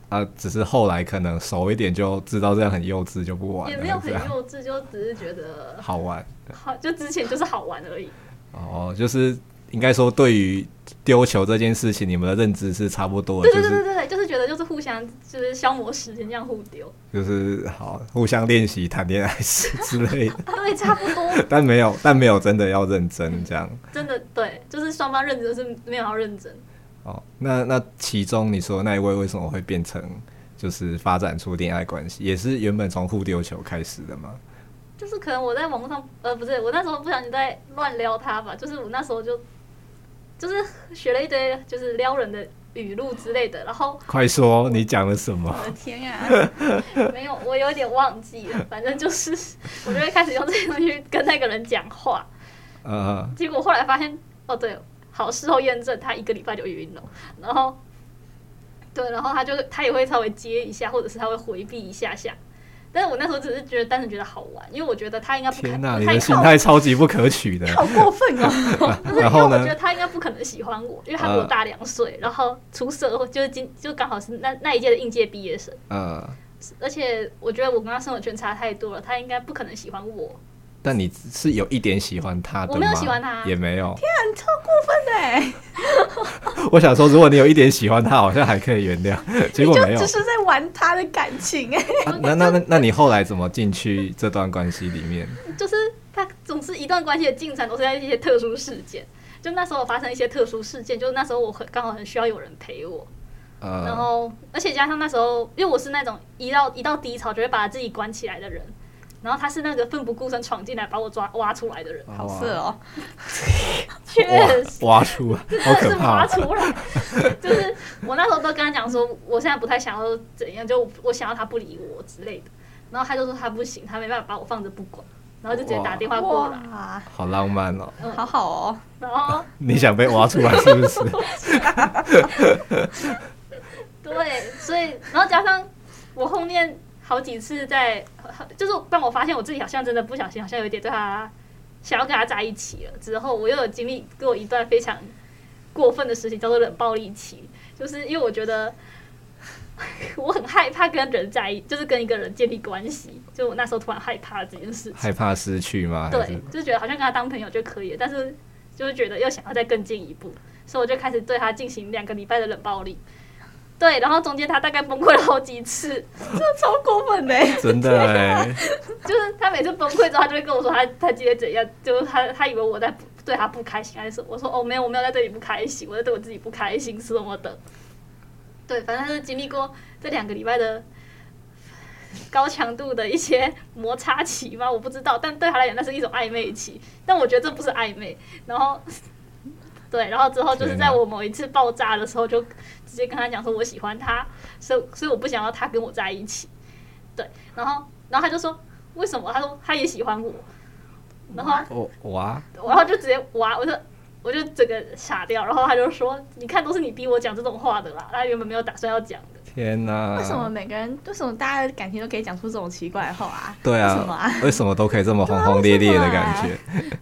S1: 啊，只是后来可能熟一点就知道这样很幼稚，就不玩
S3: 也
S1: 了，
S3: 没有很
S1: 这样啊
S3: 幼稚，就只是觉得
S1: 好玩。
S3: 好，就之前就是好玩而已。
S1: 哦，就是应该说对于丢球这件事情，你们的认知是差不多的，
S3: 对对
S1: 就
S3: 对
S1: 是
S3: 对对对，就是觉得就是互相就是消磨时间这样互丢，
S1: 就是好互相练习谈恋爱 时之类的，
S3: 啊对，差不多，
S1: 但没有但没有真的要认真这样。
S3: 真的对，就是双方认真是没有要认真，
S1: 哦，那那其中你说那一位为什么会变成就是发展出恋爱关系，也是原本从互丢球开始的吗？
S3: 就是可能我在网络上呃不是我那时候不小心在乱撩他吧，就是我那时候就就是学了一堆就是撩人的语录之类的，然后
S1: 快说你讲了什么
S2: 我？的天啊！
S3: 没有，我有点忘记了。反正就是， 我就会开始用这些东西去跟那个人讲话。
S1: 呃，
S3: 结果后来发现，哦对，好事后验证，他一个礼拜就晕了。然后，对，然后他就他也会稍微接一下，或者是他会回避一下下。但是我那时候只是觉得单纯觉得好玩，因为我觉得他应该不可
S1: 天
S3: 能，
S1: 呐，
S3: 不
S1: 你
S3: 太
S1: 的
S3: 靠
S1: 心态超级不可取的。
S2: 好过分哦！
S3: 不
S1: 然
S3: 是，因为
S1: 后
S3: 我觉
S1: 呢
S3: 得？他应该不可能喜欢我，因为他比我
S1: 呃
S3: 大两岁，然后出社会就是今就刚好是那那一届的应届毕业生，
S1: 呃，
S3: 而且我觉得我跟他生活圈差太多了，他应该不可能喜欢我。
S1: 但你是有一点喜欢他的吗？
S3: 我没有喜欢他
S1: 也没有。
S2: 你超过分的哎！
S3: 啊
S1: 我想说，如果你有一点喜欢他，好像还可以原谅， 结
S2: 你
S1: 果
S2: 就
S1: 没
S3: 哎
S1: 有。
S2: 只是在玩他的感情哎。
S1: 啊那那那那你后来怎么进去这段关系里面？
S3: 就是他总是一段关系的进展都是在一些特殊事件。就那时候发生一些特殊事件，就是那时候我很刚好很需要有人陪我，然
S1: 呃，
S3: 后而且加上那时候，因为我是那种一到一到低潮就会把自己关起来的人，然后他是那个奋不顾身闯进来把我抓挖出来的人，
S1: 哇
S2: 好色哦！
S3: 确实
S1: 挖挖出，好
S3: 真的
S1: 可
S3: 是挖
S1: 怕哦！
S3: 出来。 就是我那时候都跟他讲说，我现在不太想要怎样，就我想要他不理我之类的。然后他就说他不行，他没办法把我放着不管。然后就直接打电话过来，
S2: 哇，
S1: 好浪漫哦！
S2: 好好哦，
S3: 然后
S1: 你想被挖出来是不是？
S3: 对，所以然后加上我后面好几次在，就是当我发现我自己好像真的不小心，好像有一点对他想要跟他在一起了之后，我又有经历过一段非常过分的事情，叫做冷暴力期，就是因为我觉得我很害怕跟人在一，就是跟一个人建立关系，就我那时候突然害怕这件事情。
S1: 害怕失去吗？还
S3: 对
S1: 是，
S3: 就是觉得好像跟他当朋友就可以了，但是就是觉得又想要再更进一步，所以我就开始对他进行两个礼拜的冷暴力。对，然后中间他大概崩溃了好几次，
S2: 超过分的，
S1: 真的哎，
S3: 就是他每次崩溃之后，他就会跟我说他他今天怎样，就是他他以为我在不对他不开心还是什么，我说哦没有，我没有在对你不开心，我在对我自己不开心什么的。对，反正他是经历过这两个礼拜的高强度的一些摩擦期吗？我不知道，但对他来讲那是一种暧昧期，但我觉得这不是暧昧。然后，对，然后之后就是
S1: 天
S3: 在
S1: 哪
S3: 我某一次爆炸的时候，就直接跟他讲说我喜欢他，所以所以我不想要他跟我在一起。对，然后然后他就说为什么？他说他也喜欢我，然后
S1: 我哦哇，
S3: 然后就直接哇，我就我就整个傻掉，然后他就说你看都是你逼我讲这种话的啦，他原本没有打算要讲的。
S1: 天哪！
S2: 为什么？每个人为什么大家的感情都可以讲出这种奇怪的话啊？
S1: 对
S2: 为什么啊
S1: 啊？，为什么都可以这么轰
S3: 啊
S1: 轰烈烈的感觉？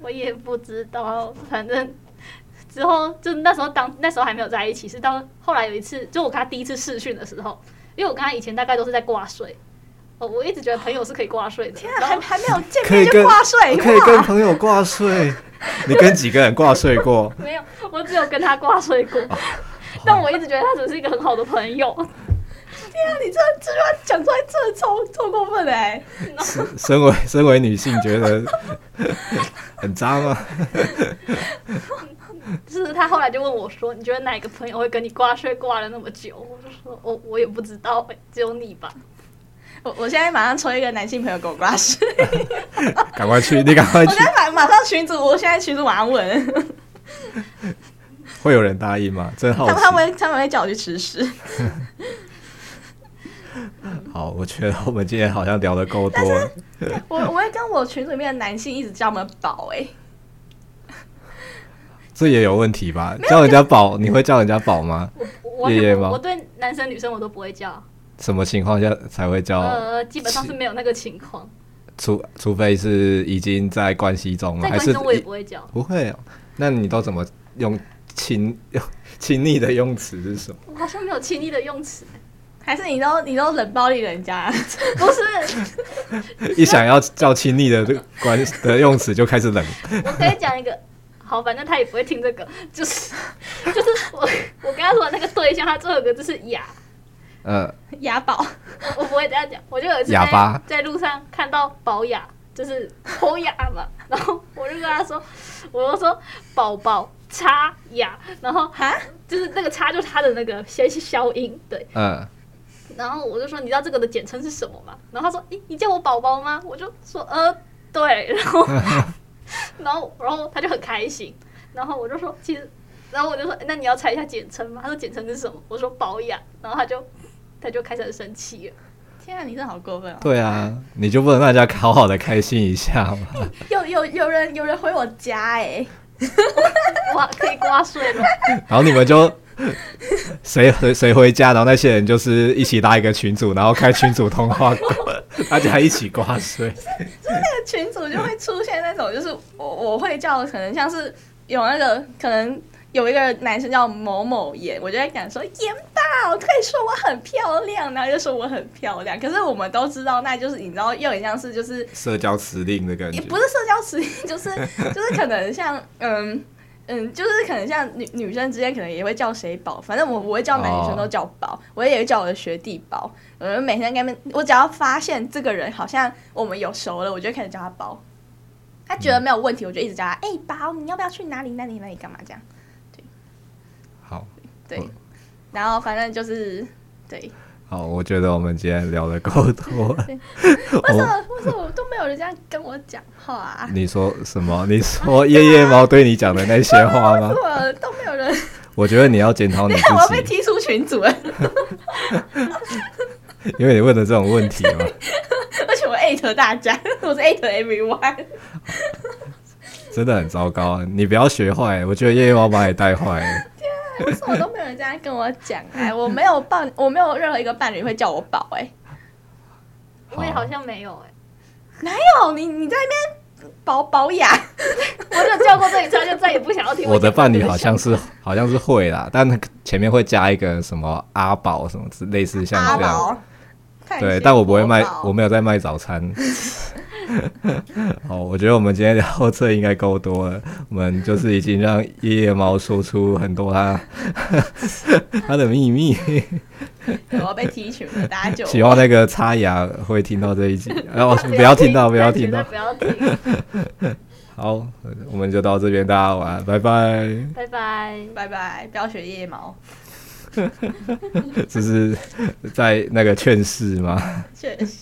S3: 我也不知道，反正之后就那时候当那时候还没有在一起，是到后来有一次，就我跟他第一次试训的时候，因为我跟他以前大概都是在挂税，哦，我一直觉得朋友是可以挂税的，
S2: 天啊，
S3: 然后
S2: 还还没有见
S1: 可以
S2: 面
S1: 跟
S2: 就挂睡，
S1: 可以
S2: 哇
S1: 跟朋友挂睡？ 你跟几个人挂睡过？
S3: 没有，我只有跟他挂税过，
S2: 哦
S3: 但我一直觉得他只是一个很好的朋友，
S2: 天啊，你这这句话讲出来真的超超过分的哎！
S1: 身为身为女性，觉 得很渣吗？
S3: 就是他后来就问我说：“你觉得哪一个朋友会跟你挂睡挂了那么久？”我就说：“我我也不知道、欸，只有你吧。
S2: 我我现在马上抽一个男性朋友给我挂睡，
S1: 赶快去，你赶快
S2: 我
S1: 去
S2: 现，在马马上群主，我现在群主马上问，
S1: 会有人答应吗？真好奇
S2: 他们。他们会他们会叫我去吃屎，
S1: 好，我觉得我们今天好像聊得够多了。
S2: 我我会跟我群里面的男性一直叫我们宝哎、
S1: 这也有问题吧？叫人家宝，你会叫人家宝吗？
S3: 我”我
S1: 夜夜吗哦
S3: 我我对男生女生我都不会叫，
S1: 什么情况下才会叫？
S3: 呃，基本上是没有那个情况，
S1: 除除非是已经在关系中了，
S3: 在
S1: 还
S3: 关
S1: 是
S3: 系中我也不会叫，
S1: 不会、哦？那你都怎么用亲 亲昵的用词是什么？
S3: 我好像没有亲昵的用词，
S2: 还是你都你都冷暴力人家，
S3: 不 是，
S1: 一想要叫亲昵的关的用词就开始冷。
S3: 我可以讲一个。好，反正他也不会听这个，就是就是我我跟他说的那个对象，他最后一个字是哑，
S1: 呃，
S2: 雅宝，
S3: 我我不会这样讲，我就有一次
S1: 哑巴
S3: 在在路上看到宝雅，就是 偷雅嘛，然后我就跟他说，我就说宝宝叉雅，然后
S2: 哈
S3: 就是那个叉就是他的那个先消音，对，
S1: 嗯，
S3: 然后我就说你知道这个的简称是什么吗？然后他说，诶，你叫我宝宝吗？我就说呃对， 然后然后然后他就很开心，然后我就说其实，然后我就说诶那你要猜一下简称吗？他说简称是什么？我说宝雅，然后他就他就开始很生气了。
S2: 天啊，你真的好过分哦！
S1: 对啊，你就不能让人家好好的开心一下吗？
S2: 有有有人有人回我家哎、
S3: 哇，可以刮碎了。
S1: 然后你们就谁回谁回家，然后那些人就是一起拉一个群组，然后开群组通话， 大家一起挂水。
S2: 那个群主就会出现那种，就是我我会叫，可能像是有那个可能有一个男生叫某某妍，我就在讲说妍吧，我可以说我很漂亮，然后就说我很漂亮。可是我们都知道，那就是你知道，又很像是就是
S1: 社交辞令的感
S2: 也
S1: 觉，
S2: 不是社交词， 就是就是可能像嗯。嗯，就是可能像女女生之间可能也会叫谁宝，反正我不会叫男女生
S1: 哦
S2: 都叫宝，我也会叫我的学弟宝。我就每天跟他们，我只要发现这个人好像我们有熟了，我就开始叫他宝。他觉得
S1: 嗯
S2: 没有问题，我就一直叫他，哎、宝，你要不要去哪里哪里哪里干嘛这样？
S1: 好
S2: 对
S1: 嗯，
S2: 然后反正就是对，
S1: 好，我觉得我们今天聊的够多了。
S2: 为什
S1: 我
S2: 么为什么都没有人这样跟我讲话、 啊？
S1: 你说什么？你说夜夜猫对你讲的那些话吗
S2: 为什？么都没有人？
S1: 我觉得你要检讨你
S2: 你 看我要被
S1: 自己，
S2: 踢出群组了。
S1: 因为你问的这种问题嘛。
S2: 而且我哎、 at 大家， 我是 at everyone。
S1: 真的很糟糕。你不要学坏，我觉得夜夜猫把你带坏了。
S2: 为什么都没有人这样跟我讲哎、 我没有伴，我没有任何一个伴侣会叫我宝哎、
S3: 我也好像没有哎、
S2: 哪有你你在那边保保养？
S3: 我就叫过这一次，他就再也不想要听
S1: 我的
S3: 讲
S1: 伴
S3: 这
S1: 侣
S3: 个
S1: 好像
S3: 笑
S1: 是好像是会啦，但前面会加一个什么阿宝什么之类似像
S2: 阿
S1: 这样。
S2: 宝，探
S1: 对，
S2: 险
S1: 但我不会
S2: 活
S1: 卖，
S2: 宝
S1: 我没有在卖早餐。 好，我觉得我们今天聊到这应该够多了。我们就是已经让夜夜猫说出很多 它它的秘密。
S2: 我要被踢群了，大家 就
S1: 希望那个擦牙会听到这一集，然 后不要听到，不要听到
S3: 但。绝对不要听，
S1: 好，我们就到这边，大家晚安，拜拜。
S3: 拜拜。
S2: 拜拜，不要学夜猫，
S1: 这是在那个劝世吗？
S2: 确实。